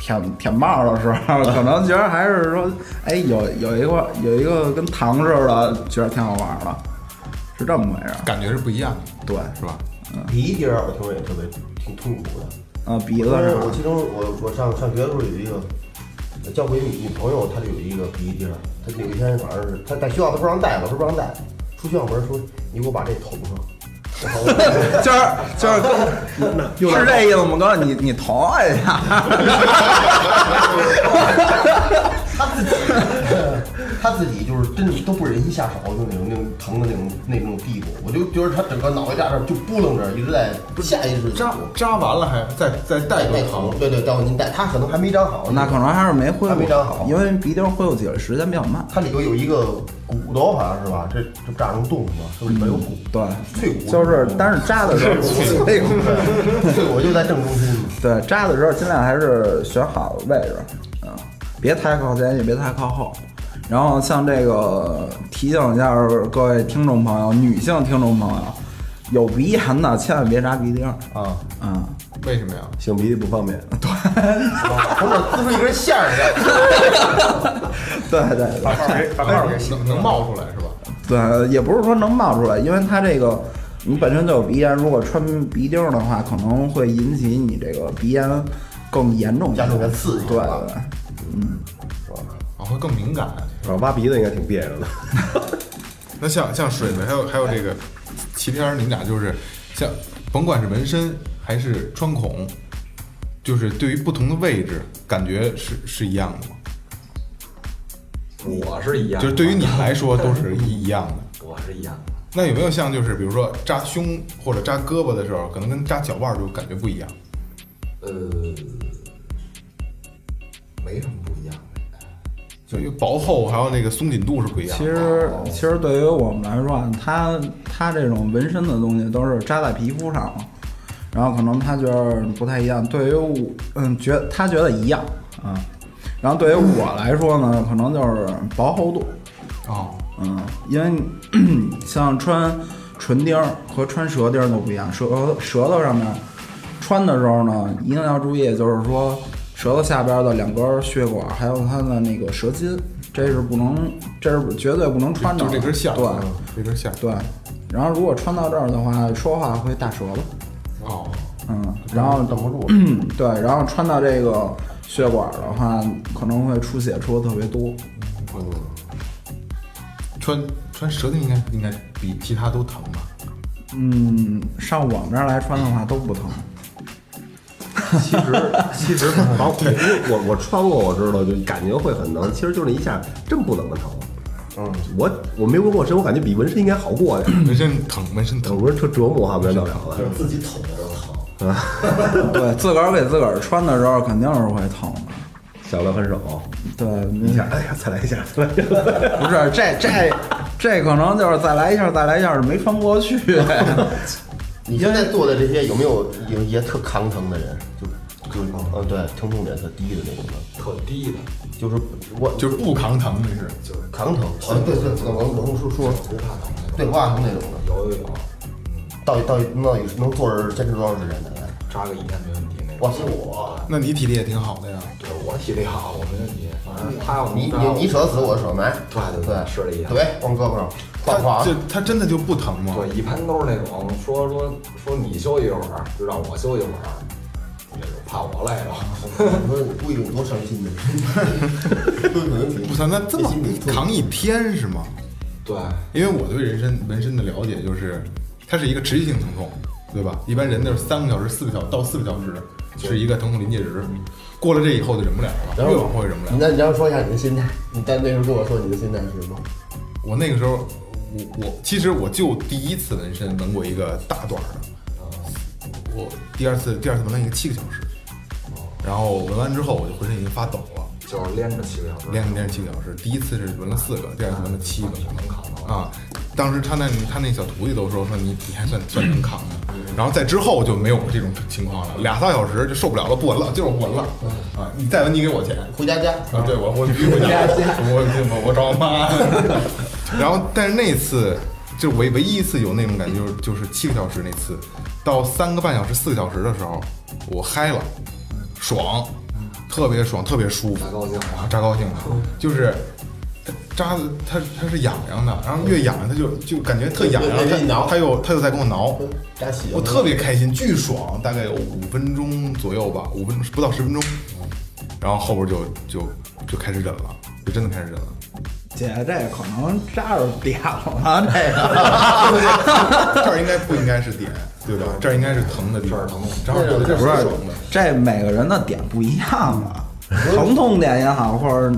S7: 舔舔帽的时候，可能觉得还是说，哎，有有一个有一个跟糖似的，觉得挺好玩的，是这么回事儿。
S3: 感觉是不一样的，
S7: 对，
S3: 是吧？
S4: *laughs* 鼻涕儿我听说也特别挺痛苦的。
S7: 啊，鼻子
S4: 但是
S7: 是
S4: 我
S7: 吧？
S4: 其中我我上上学的时候有一个交过一女女朋友，她就有一个鼻涕儿，她有一天晚上是她在学校她不让带，老师不让带，出校门说你给我把这捅上。然后 *laughs* 我
S7: 今儿今儿哥是这意思吗？哥，你你头一下，
S4: 她自己，她自己就是真的都不忍心下手，就那种那种疼的那种那种地步，我就觉得她整个脑袋架这儿就扑棱着，一直在下意识地
S3: 扎扎完了还再再带
S4: 带
S3: 个
S4: 疼
S3: 疼，，
S4: 对对，带往进带，她可能还没长好，
S7: 那可能还是没恢
S4: 还没
S7: 复
S4: 长好
S7: 因为鼻钉恢复起来时间比较慢。
S4: 它里头有一个骨头，好像是吧？这这不扎成洞了吗？是不是里面有骨？
S7: 对，
S4: 脆骨
S7: 就是但是扎的时
S4: *laughs*
S9: 嗯
S7: 候，那个
S4: 对，我就在正中心嘛。
S7: 对扎的时候尽量还是选好位置，嗯，别太靠前也别太靠后。然后像这个提醒一下各位听众朋友，女性听众朋友，有鼻炎的千万别扎鼻钉儿
S5: 啊，
S7: 嗯，
S3: 为什么呀？
S5: 擤鼻涕不方便。
S4: 从这儿滋出一根线儿来，
S7: 对对对
S8: 把帽儿给把帽儿给
S3: 能能冒出来是吧？
S7: 对，也不是说能冒出来，因为它这个你本身就有鼻炎，如果穿鼻钉儿的话，可能会引起你这个鼻炎更严重一些，
S4: 加重个刺激
S7: 对
S4: 是吧
S7: 对。
S3: 啊，会更敏感。
S5: 啊，挖鼻子应该挺别扭的。
S3: 那像像水水还有还有这个齐天儿，你们俩就是像甭管是纹身还是穿孔，就是对于不同的位置，感觉是是一样的吗？
S9: 我是一样
S3: 就
S9: 的，
S3: 是对于你来说都是一一样的。
S9: *laughs* 我是一样的。
S3: 那有没有像就是比如说扎胸或者扎胳膊的时候，可能跟扎脚腕儿就感觉不一样？
S9: 呃，没什么不一样的，
S3: 就是薄厚还有那个松紧度是不一样
S7: 其
S3: 的。
S7: 实，其实对于我们来说啊，它它这种纹身的东西都是扎在皮肤上嘛，然后可能他觉得不太一样。对于我，嗯，觉他觉得一样啊。然后对于我来说呢，可能就是薄厚度。
S3: 哦，
S7: 嗯，因为 *clears throat* 你像穿唇钉儿和穿舌钉儿都不一样，舌舌头上面穿的时候呢，一定要注意，就是说舌头下边的两根血管，还有它的那个舌筋，这是不能，这是绝对不能穿
S3: 就
S7: 的。
S3: 这根线儿，
S7: 对
S3: 嗯这根线儿，
S7: 对。然后如果穿到这儿的话，说话会大舌头。
S3: 哦，
S7: 嗯，然后嗯
S3: 挡不住
S7: 对，然后穿到这个血管的话，可能会出血出的特别多。
S3: 嗯穿穿舌头应该应该比其他都疼吧？
S7: 嗯，上我们这儿来穿的话都不疼。
S5: 其实 *laughs* 其实把我我我穿过，我知道就感觉会很疼，其实就那一下真不怎么疼。嗯，我我没纹过身，我感觉比纹身应该好
S9: *coughs*
S5: 过呀。
S3: 纹身疼，纹身
S5: 疼，纹身特折磨哈，纹身了了。
S11: 自己捅的时候疼。
S7: *laughs* 对自个儿给自个儿穿的时候肯定是会疼的。
S5: 小了分手，
S7: 对，
S9: 嗯
S5: 一下，哎呀，再来一下，再来一下。
S7: 不是这这这可能就是再来一下，再来一下是没穿过 *laughs* 去。
S4: 你现在做的这些有没有有一些特扛疼的人？就就嗯，对，疼痛点特低的那种的，
S9: 特低的，
S4: 就是我
S3: 就是不扛疼那是，
S4: 就是扛疼。哦，对对，对我我说说不怕疼，对不怕疼那种的，
S9: 有有有，
S4: 到底到底到底能坐着坚持多长时间的？
S9: 扎个一天没问题那种。
S4: 我是我，
S3: 那你体力也挺好的呀。
S9: 对我体力好，我没问题。反正他要能
S4: 你
S9: 扎我
S4: 你你扯死我扯埋，
S9: 对对对，是这意思。
S4: 对，往胳膊上晃晃
S3: 这，它真的就不疼吗？
S9: *laughs* 对，一般都是那种说说说你休息一会儿，就让我休息一会儿，也是怕我累着。
S4: 你说你估计有多伤心呢？
S3: 不疼，那这么扛一天是吗？
S9: *laughs* 对，
S3: 因为我对人身纹身的了解就是，它是一个持续性疼痛，对吧？一般人都是三个小时、四个小到四个小时是一个疼痛临界值，过了这以后就忍不了了，越往后越忍不了。
S4: 那你要说一下你的心态，你在那时候跟我说你的心态是什么？
S3: 我那个时候，我我其实我就第一次纹身纹过一个大段儿的，
S9: 嗯
S3: 我第二次第二次纹了一个七个小时，然后纹完之后我就浑身已经发抖了。
S9: 哦就是连着七个小时，嗯
S3: 练练七个小时，第一次是纹了四个，第二次纹了七个，
S9: 能扛吗？
S3: 啊，当时他那他那小徒弟都说说你你还算算能扛的，
S9: 嗯
S3: 然后在之后就没有这种情况了，俩仨小时就受不了了，不纹了，就是不纹了
S9: 嗯
S3: 啊！你再纹你给我钱
S4: 回家家，
S3: 啊！对我 *laughs* 我必须回家，我我我找我妈。 *laughs* 然后但是那次就唯唯一一次有那种感觉就是就是七个小时那次，到三个半小时四个小时的时候，我嗨了，爽，特别爽，特别舒服。
S9: 太高兴了。
S3: 啊，扎高
S9: *laughs*
S3: 兴了，就是扎的它它是痒痒的，然后越痒它就就感觉特痒痒，
S4: 对对对
S3: 它
S4: 挠
S3: 它又它又在跟我
S9: *laughs*
S3: 挠，
S4: 扎起
S3: 我特别开心，巨爽，大概有五分钟左右吧，五分钟不到十分钟，然后后边就就就开始忍了，就真的开始忍了。
S7: 姐，这可能扎着点了，啊这个。
S3: 这儿应该不应该是点，对吧？这儿应该是疼的地方，这儿疼，这儿这儿
S7: 不是
S3: 爽的。，
S7: 这每个人的点不一样啊，疼痛点也好，或者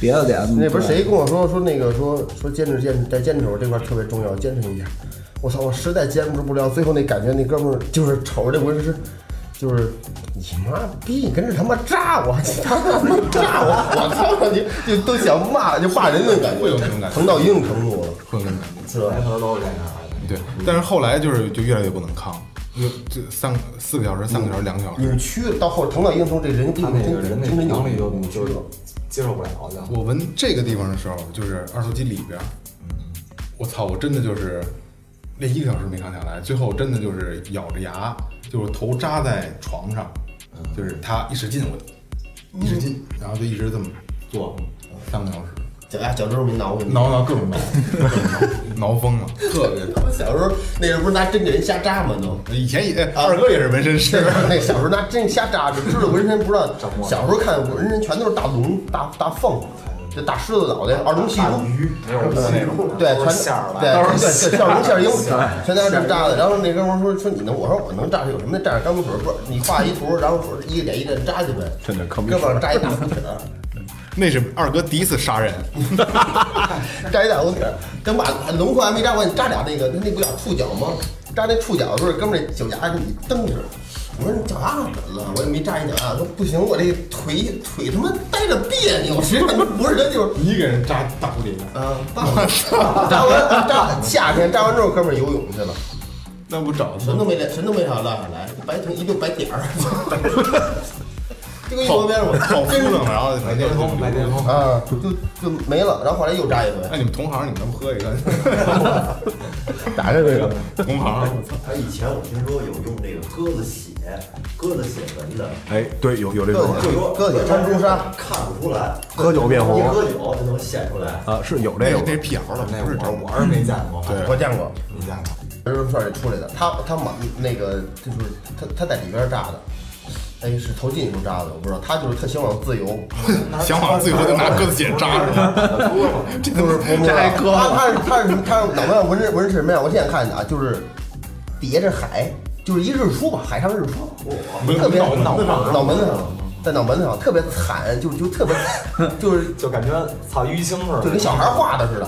S7: 别的点。
S4: 那不是谁跟我说说那个说说坚持坚持在坚持这块儿特别重要，坚持一下。我操，我实在坚持不了，最后那感觉那哥们儿就是瞅着这纹身，就是你妈逼，你跟这他妈炸我，你他妈炸我，我操你，就都想骂就骂人那感觉，
S3: 会有那种感觉
S4: 疼到一定程度了，
S3: 会有那种感觉。
S4: 是吧？
S9: 头都是这样的。
S3: 对，但是后来就是就越来越不能扛，就就三个四个小时、三个小时、两个小时，
S4: 扭曲到后疼到一定程度，这人
S9: 他那个人那
S4: 精神
S9: 能力
S4: 扭
S9: 就
S4: 曲
S9: 就是接受不了就。
S3: 我闻这个地方的时候，就是二头肌里边儿，我操，我真的就是练一个小时没扛下来，最后真的就是咬着牙，就是头扎在床上，就是他一使劲我，一使劲，然后就一直这么做三个小时，
S4: 脚丫脚趾头没挠过你。
S3: 挠挠各种挠，各种挠，挠疯了，特别疼。
S4: 小时候那时候不是拿针给人瞎扎吗？都。
S3: 以前也二哥也是纹身师
S4: 那，那小时候拿针瞎扎着，知道纹身不知道。小时候看纹身全都是大龙、大大凤，这大狮子脑袋，二龙戏珠，
S9: 没有戏珠
S4: 对，
S9: 都
S4: 全
S9: 是馅儿吧
S4: 对，
S9: 都是
S4: 对
S9: 馅儿
S4: 对，馅儿龙馅儿鹰
S9: 馅儿，
S4: 全家是炸的。然后那哥们儿说说你能，我说我能炸，有什么的？蘸点钢笔水，不是你画一图，然后说一个点一个点扎去呗，
S3: 真的
S4: 胳膊上扎一
S3: *laughs*
S4: 大红点儿，
S3: 那是二哥第一次杀人，
S4: *laughs* 扎一大红点儿，等把龙块还没扎完，你扎俩那个那不叫触角吗？扎那触角的时候，哥们儿那脚丫给你蹬去了。我说你脚丫怎么了？我也没扎一脚丫，说不行，我这腿腿他妈待着别扭，谁他妈不是人就是
S3: 你给人扎大蝴蝶，
S4: 啊，扎完扎夏天扎完之后，哥们儿游泳去了，
S3: 那不找
S4: 什么都没落，什么都没落落下来，白成一溜白点儿。 *laughs* 这个一旁边我
S3: 好
S4: 真是
S3: 扑棱，然后白癜风，白癜风
S4: 啊，就就没了。然后后来又扎一回。
S3: 那你们同行，你们能喝一个？
S4: *laughs* 打着这个
S3: 同行，
S6: 他哎以前我听说有用这个鸽子血、鸽子血纹的，
S5: 哎，对，有有这种
S6: 就说
S4: 鸽子血
S6: 穿
S4: 珍珠
S6: 纱看不出来，
S5: 喝酒变红
S6: 一喝酒就能显出来。
S5: 啊，是有这个
S3: 那辟谣了，
S9: *laughs* 那
S3: 不是
S9: 我我是没见过，
S4: 我见过，
S9: 没见过。
S4: 人帅出来的，他他满那个就是他他在里边扎的。哎，是投进去扎的，我不知道。他就是特向往自由，
S3: *laughs* 想往自由就拿鸽子血扎是
S9: *laughs*
S3: 吧？
S4: 这都是泼墨。
S3: *laughs* 这还割
S4: 他他是他是他是脑袋上纹着纹着什么呀？我现在看见啊，就是底下是海，就是一日出吧，海上日出，特别
S3: 脑脑门上
S4: 脑门上，在脑门上特别惨，就就
S3: *laughs*
S4: 特别就是
S9: 就感觉操淤青似的，嗯
S4: 就跟小孩画的似的。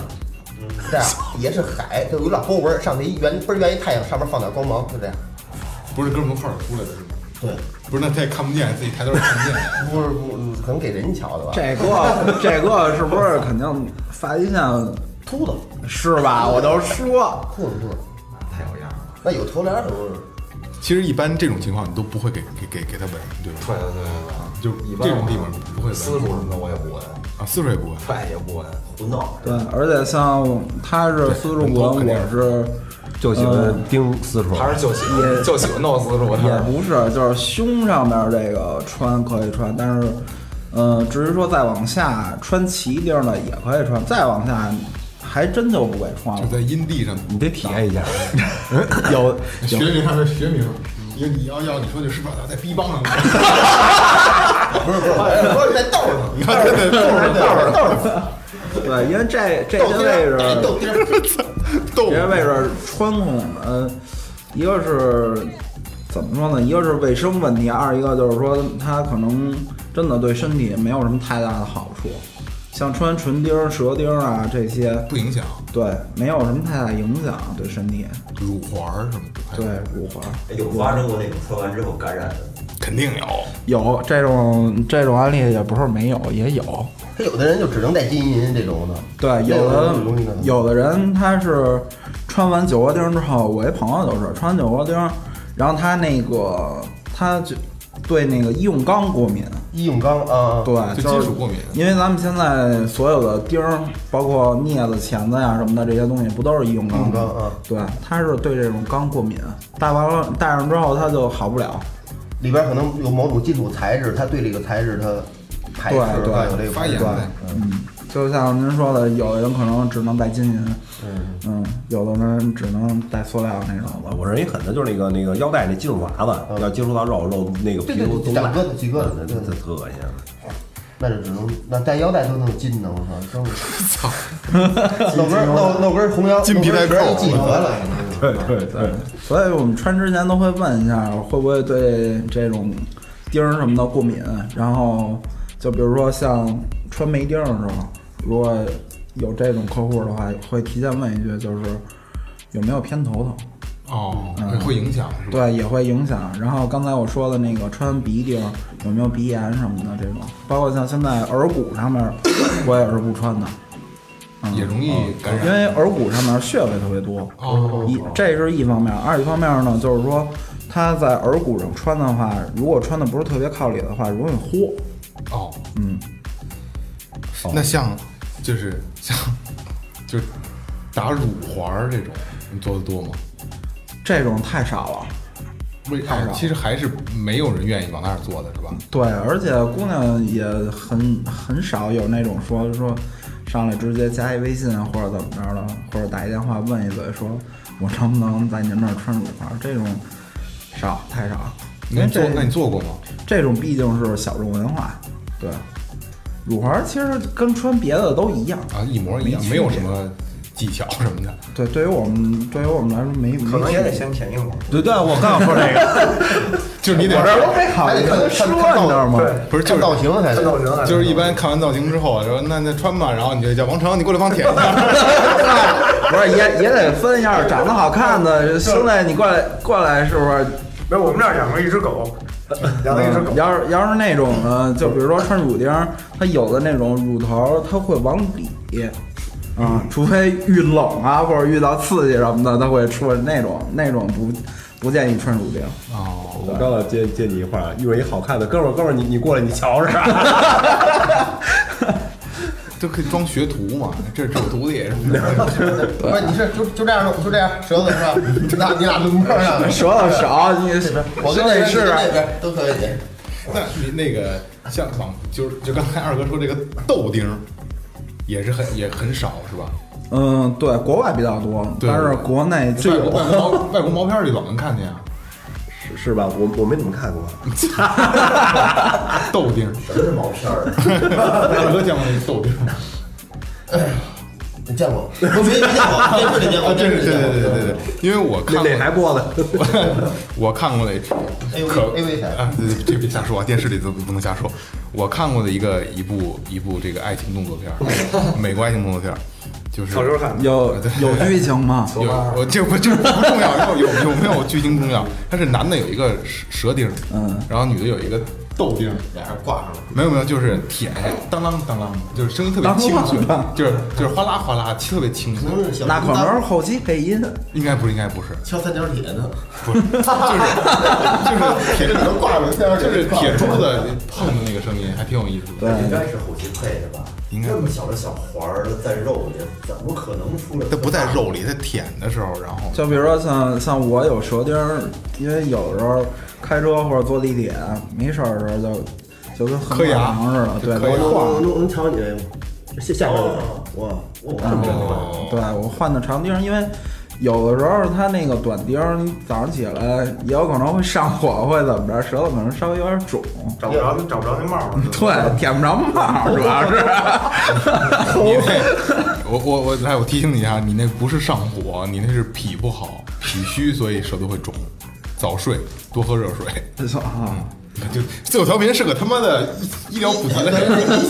S4: 这样底下是海，就有俩波纹，上头一圆倍儿圆一太阳，上面放点光芒，就这样。
S3: 不是哥们儿一块儿出来的是吗？
S4: 对，
S3: 不是，那他也看不见，自己抬头也看不见。
S9: *laughs*
S4: 不是不嗯可能给人瞧的吧？
S7: 这个这个是不是肯定发际线
S4: 秃子，
S7: 是吧？我都说
S4: 秃子秃子，
S9: 太有样了。
S4: 那有头帘儿什么？
S3: 其实一般这种情况你都不会给给给给他闻，对吧？
S9: 对对对对
S3: 就
S9: 对，一般
S3: 这种地方不会
S9: 私
S3: 闻
S9: 处什么的我也不闻，
S3: 啊，四水也不闻。
S9: 踹也不闻，
S6: 胡闹，
S7: 对，而且像他是丝绸国，
S3: 肯定
S7: 我是呃
S5: 就喜欢盯私处，
S9: 还是就喜欢就喜欢弄私处
S7: 也
S9: 的。
S7: 不是，就是胸上面这个穿可以穿，但是，呃，至于说再往下穿齐钉的也可以穿，再往下还真就不给穿
S3: 就
S7: 了。
S3: 在阴地上，
S5: 你得体验一下。有
S3: 学名上面学名，因为你要要你说句实话，在逼帮上。
S4: 不是不是，不是在道上，
S3: 你看，对对，就是这样
S7: 对，因为这这
S4: 豆
S7: 些
S4: 丁
S7: 位
S4: 儿，哎
S7: 置，
S4: 豆丁儿。
S3: 逗
S7: 这。些位置穿孔，呃，一个是怎么说呢？一个是卫生问题，二一个就是说它可能真的对身体没有什么太大的好处，像穿唇钉儿、舌钉儿啊这些，
S3: 不影响
S7: 对，没有什么太大影响对身体。
S3: 乳环儿什么的，
S7: 对，乳环
S6: 哎有发生过那种穿完之后感染的。
S3: 肯定有。
S7: 有这种这种案例也不是没有，也有。
S4: 他有的人就只能戴金银这种的，
S7: 对，
S4: 那
S7: 有的
S4: 种东西呢
S7: 有的人他是穿完九窝钉之后，我一朋友就是穿完九窝钉，然后他那个他就对那个医用钢过敏，
S4: 医用钢啊，
S7: 对，
S3: 就
S7: 就是
S3: 金属过敏
S7: 因为咱们现在所有的钉儿，包括镊子、钳子呀、什么的这些东西，不都是医用钢
S4: 医用
S7: 吗？
S4: 钢啊
S7: 对，他是对这种钢过敏，戴完了戴上之后他就好不了。
S4: 里边可能有某种金属材质，它对这个材质它排斥，
S7: 对对
S4: 它啊有这个
S3: 发炎
S4: 对
S3: 呗
S7: 嗯，就像您说的，有的人可能只能戴金银，嗯，有的人只能戴塑料那种的。
S5: 我认为狠的就是那个那个腰带那金属娃娃，要接触到肉肉那个皮肤都烂，
S4: 对对几个几个
S5: 嗯
S4: 对
S5: 这特恶心。
S4: 那就只能那带腰带都能有金的，我操，真是
S3: 操，
S4: 露根露露根红腰，
S3: 金皮带扣
S4: 露根儿一系得了，
S5: 对对对，
S4: 嗯
S7: 所以我们穿之前都会问一下，会不会对这种钉儿什么的过敏。然后就比如说像穿眉钉儿的时候，如果有这种客户的话，会提前问一句，就是有没有偏头疼。
S3: 哦，会影响是吧？
S7: 对，也会影响。然后刚才我说的那个穿鼻钉有没有鼻炎什么的这种，包括像现在耳骨上面，我也是不穿的，
S3: 也容易感
S7: 因
S3: 染。
S7: 为耳骨上面穴位特别多。
S3: 哦，
S7: 一这是一方面，二一方面呢，就是说它在耳骨上穿的话，如果穿的不是特别靠里的话，容易豁。
S3: 哦，
S7: 嗯，
S3: 那像就是像就是打乳环儿这种，你做的多吗？
S7: 这种太少了。
S3: 为
S7: 太少了
S3: 其实还是没有人愿意往那儿做的是吧？
S7: 对，而且姑娘也很很少有那种说说上来直接加一微信啊，或者怎么着的，或者打一电话问一嘴，说我能不能在您那儿穿乳环？这种少太少，因
S3: 那
S7: 为
S3: 你做
S7: 这
S3: 那你做过吗？
S7: 这种毕竟是小众文化，对，乳环其实跟穿别的都一样
S3: 啊，一模一样，
S7: 没
S3: 没有什
S7: 区别
S3: 么技巧什么的。
S7: 对，对于我们对于我们来说没
S8: *laughs* 可能也得
S7: 没区别
S8: 先便宜我。
S7: 对对，我刚想说这个，
S3: 就是你得
S7: 我这儿都没考虑，哎说你知道吗？
S3: 不是就是
S4: 造型才
S3: 就是一般看完造型之后，啊说那那穿吧，然后你就叫王成，你过来帮我 *laughs* 舔一下。
S7: 不是也也得分一下长得好看
S3: *laughs*
S7: 的兄弟，你过来过来是不是？
S8: 没有，我们这儿养过一只狗，养了一只狗
S7: 嗯。要是要是那种呢，就比如说穿乳钉儿，它有的那种乳头它会往里，
S4: 嗯
S7: 啊，除非遇冷啊或者遇到刺激什么的，它会出那种那种不不建议穿乳钉。
S3: 哦，
S5: 我刚要接接你一话，遇上一好看的哥们儿，哥们儿，你你过来，你瞧着。啊
S3: 这可以装学徒嘛？这这我徒
S4: *laughs*
S3: 弟什么
S4: 不是，你是就就这样弄，就这样，舌头是吧？你俩你俩轮播上，
S7: 舌头少，你
S4: 我跟
S7: 兄弟
S4: 那
S7: 试试。
S3: 啊
S4: 那边都可以。
S3: *laughs* 那你那个像网就是就刚才二哥说这个豆丁儿，也是很也很少是吧？
S7: 嗯，对，国外比较多，
S3: 对
S7: 但是国内就
S3: 外国
S7: 有
S4: *laughs*
S3: 外国毛外国毛片儿里老能看见啊，
S5: *laughs* 是是吧？我我没怎么看过。
S3: 豆丁儿。
S6: 什么毛片儿？
S3: 哦二哥见过那豆丁儿吗？
S4: 你见过？我没见过，电视里见过，
S3: 啊，
S4: 电
S3: 真
S4: 视里
S3: 是对
S4: 见
S3: 对
S4: 过。
S3: 对对对，因为我看过
S5: 哪台播的？
S3: *laughs* 我看过的可
S4: A V 台
S3: 啊，对对这别瞎说啊，电视里都不能瞎说。我看过的一个一部一部这个爱情动作片儿，美国爱情动作片儿，就是
S8: 小时候看
S7: 有有剧情吗？
S3: 有我 *laughs* 这不这不重要，有有有没有剧情重要？但是男的有一个蛇蛇钉，嗯，然后女的有一个豆钉，俩人挂上了。没有没有，就是舔一下，当啷当啷，就是声音特别清脆
S7: 当啷当，
S3: 就是就是哗啦哗啦，特别清脆。
S7: 那可能是后期配音。
S3: 应该不是，应该不
S5: *laughs*
S3: 是，
S4: 敲三角铁呢，
S3: 就是铁
S4: 能挂上三角
S3: *laughs* 就
S4: 铁
S3: 是铁珠子碰的那个声音，还挺有意思的。
S6: 应该是后期配的吧？
S3: 应该
S6: 那么小的小环儿在肉里，怎么可能出来？
S3: 它不在肉里，它舔的时候，然
S5: *laughs*
S3: 后
S7: 就比如说像像我有舌钉儿，因为有时候开车或者坐地铁没事儿的时候就就跟
S3: 磕
S7: 横
S3: 牙
S7: 牙似的，对，
S3: 磕牙
S7: 我
S5: 能
S7: 换，
S5: 能能瞧你那个下下边儿哇，
S3: 哦
S7: 对我换的长钉儿，因为有的时候它那个短钉儿，你早上起来也有可能会上火，会怎么着，舌头可能稍微有点肿，
S8: 找不着找不着那帽 *laughs* 儿了。
S7: 对，舔不着毛儿，主要是。
S3: 你那，我我我，来，我提醒你一啊下，你那不是上火，你那是脾不好，脾虚，所以舌头会肿。早睡，多喝热水。嗯
S7: 没错啊，
S3: 就自我调频是个他妈的医医疗普及类，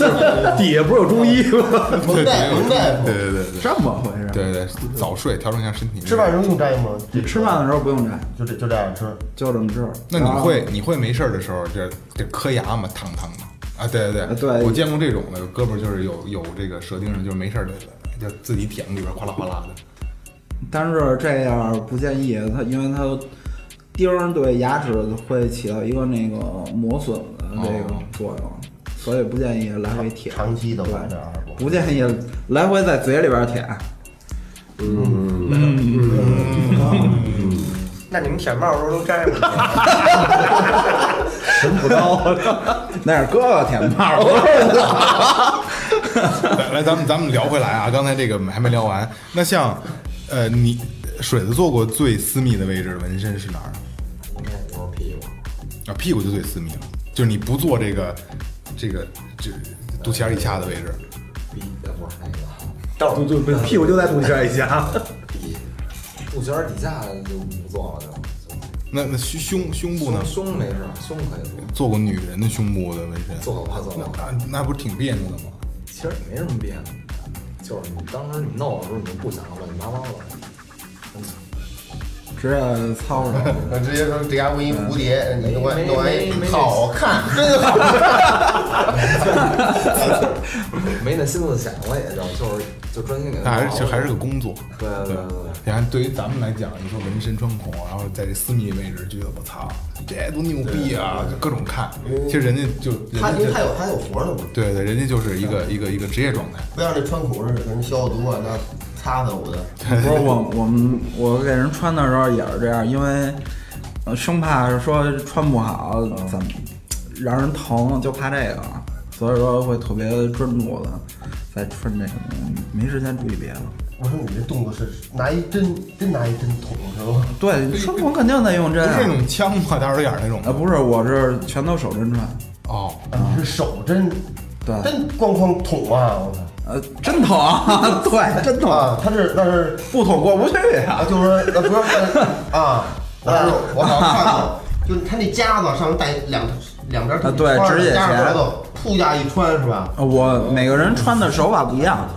S5: *laughs* 底下不是有中医吗？
S3: *laughs* 对对对对对对
S7: *laughs* 这么回事儿。
S3: 对对，早睡调整一下身体。
S4: 吃饭时候用摘吗？
S7: 你吃饭的时候不用摘，
S4: 就这就这样吃。
S7: 就这么吃。
S3: 那你会
S7: 啊
S3: 你会没事儿的时候，这这磕牙吗？烫烫的啊！对对对，
S7: 对
S3: 我见过这种的，有哥们儿就是有有这个舌钉上，就是没事儿的就自己舔里边哗啦哗啦的。
S7: 但是这样不建议它，因为它钉儿对牙齿会起到一个那个磨损的这个作用，所以不建议来回舔。
S4: 哦长期的啊
S7: 对
S4: 话这样不好
S7: 不建议来回在嘴里边舔。
S8: 那你们舔帽儿的时候都摘吗？
S5: 神不刀，
S7: 那是哥哥舔
S4: *laughs*
S7: 泡，不是我。
S3: *laughs* 来来，咱们咱们聊回来啊，刚才这个还没聊完。那像呃，你水子做过最私密的位置的纹身是哪儿啊？
S11: 应该就是屁股。
S3: 啊，屁股就最私密了，就是你不做这个这个这肚脐眼以下的位置。
S11: 鼻呃不是那个
S5: 就就
S4: *laughs*
S5: 不是屁股就在肚脐眼以下，啊
S11: 鼻，肚脐儿底下就不做了就，
S3: 那那胸胸胸部呢
S11: 就？胸没事儿，胸可以做，
S3: 做过女人的胸部的纹身，
S11: 做吧做吧
S3: 那那不是挺别扭的吗？
S11: 其实也没什么别扭的，就是你当时你弄的时候你就不想乱七八糟了。
S7: 直接操上了。
S4: 那直接说这家问一蝴蝶，你弄完
S11: 没
S4: 弄完一
S11: 没没
S4: 好看，真好。
S11: 没那心思想了，也就就是就专心给
S3: 那
S11: 他
S3: 啊还
S11: 弄
S3: 是
S11: 了
S3: 就还是个工作。
S11: 对对对对
S3: 你看，对于咱们来讲，你说纹身穿孔，啊然后在这私密位置，觉得我操，这多牛逼啊，就各种看。其实人家就人
S4: 他
S3: 家
S4: 因为他
S3: 就
S4: 有他有活呢嘛，
S3: 对对，人家就是一个一个一个职业状态。
S4: 不像这穿孔似的，给人消消毒啊，那擦擦我的。
S7: 不是我，我们我给人穿的时候也是这样，因为呃生怕是说穿不好怎么让人疼，就怕这个，所以说会特别专注的在穿这个东西，没时间注意别的。
S4: 我说你这动作是拿一针，真拿一针捅是吧？
S7: 对，穿孔肯定得用
S3: 不
S7: 针
S3: 是那
S7: 啊。
S3: 种枪嘛，大耳朵眼儿那种
S7: 啊，
S3: 的。
S7: 不是，我是全都手针穿，
S3: 哦，
S4: 啊，你是手针，
S7: 对，
S4: 真咣哐捅啊！我操，
S7: 呃，真捅啊， *laughs* 对，真捅
S4: 啊！他是那是
S7: 不捅过不去
S4: 啊， *laughs* 就是说呃不是呃啊，我是我好像看过，就他那夹子上面带两两边儿
S7: 啊对
S4: 穿
S7: 指甲
S4: 夹
S7: 钳
S4: 上头，噗下一穿是吧？
S7: 我每个人穿的手法不一样，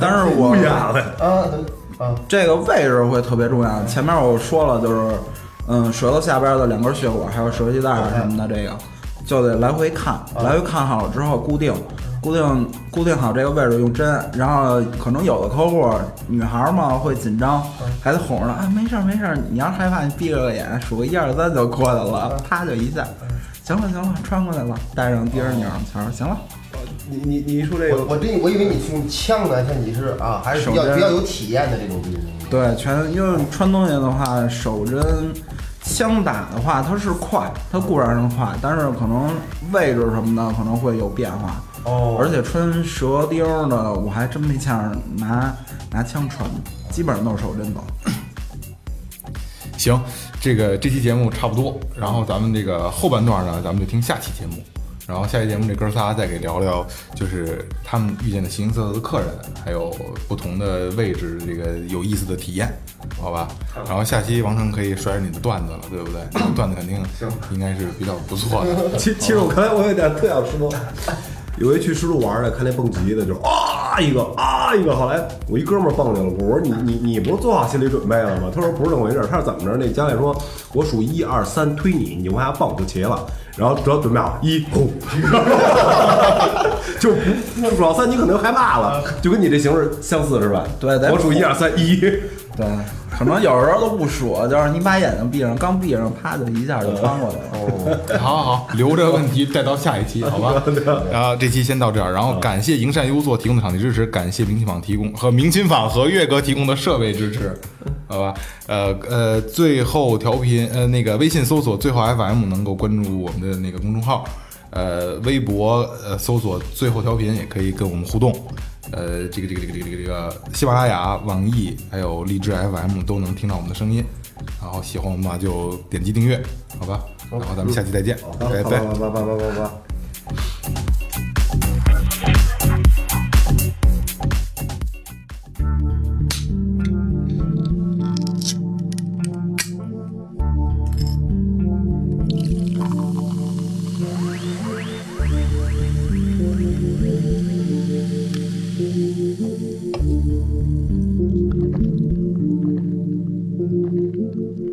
S7: 但是我
S4: 不一样呗啊啊，
S7: 这个位置会特别重要。前面我说了，就是嗯，舌头下边的两根血管，还有舌系带啊什么的，这个就得来回看，来回看好了之后固定。固定固定好这个位置用针，然后可能有的客户女孩儿嘛会紧张，还得哄着啊，没事儿没事儿，你要是害怕你闭着个眼数个一二三就过去了，啪就一下，行了行了，穿过来了，带上第二女儿，瞧行了，
S4: 你你你一说这个，我我对我以为你是用枪呢，看你是啊，还是比较
S7: 手边
S4: 比较有体验的这种兵。
S7: 对，全因为穿东西的话，手针枪打的话，它是快，它固然是快，但是可能位置什么的可能会有变化。
S4: 哦
S7: 而且穿蛇钉儿的，我还真没见着拿拿枪穿的，基本上都是手针走。
S3: 行，这个这期节目差不多，然后咱们这个后半段呢，咱们就听下期节目。然后下期节目这哥仨再给聊聊，就是他们遇见的形形色色的客人，还有不同的位置这个有意思的体验，好吧？然后下期王成可以甩着你的段子了，对不对？你的段子肯定应该是比较不错的。
S5: 其其实我刚才我有点特想说，有一去湿路玩儿的，看那蹦极的就啊一个啊一个，后来我一哥们儿蹦去了，我说你你你不是做好心理准备了吗？他说不是这么回事儿，他是怎么着？那教练说，我数一二三推你，你就往下蹦就齐了，然后只要准备好一轰， *laughs* 就不数到三你可能害怕了，就跟你这形式相似是吧？
S7: 对，咱
S5: 我数一二三一，
S7: 对，可能有时候都不数，就是你把眼睛闭上，刚闭上，啪就一下就穿过去了。
S3: 好 *laughs* 好好，留着问题再到下一期，好吧？然后这期先到这儿，然后感谢营善优作提供的场地支持，感谢明琴坊提供和明琴坊和月哥提供的设备支持，好吧？呃呃，最后调频呃那个微信搜索最后 FM 能够关注我们的那个公众号，呃，微博呃搜索最后调频也可以跟我们互动。呃，这个这个这个这个这个这个喜马拉雅、网易还有荔枝 FM 都能听到我们的声音，然后喜欢我们的话就点击订阅，好吧？然后咱们下期再见，拜拜。
S5: 拜拜拜拜拜。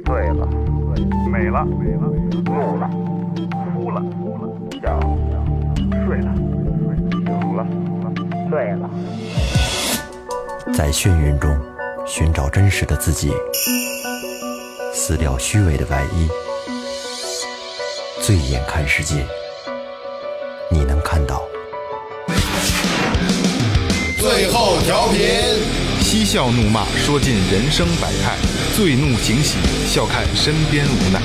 S1: 醉了，美了，怒了，哭了，笑了，睡了，醒了，醉了。
S2: 在眩晕中寻找真实的自己，撕掉虚伪的外衣，醉眼看世界，你能看到。
S12: 最后调频，
S3: 嬉笑怒骂，说尽人生百态；醉怒行喜，笑看身边无奈。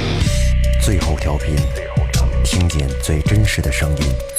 S2: 最后调频，听见最真实的声音。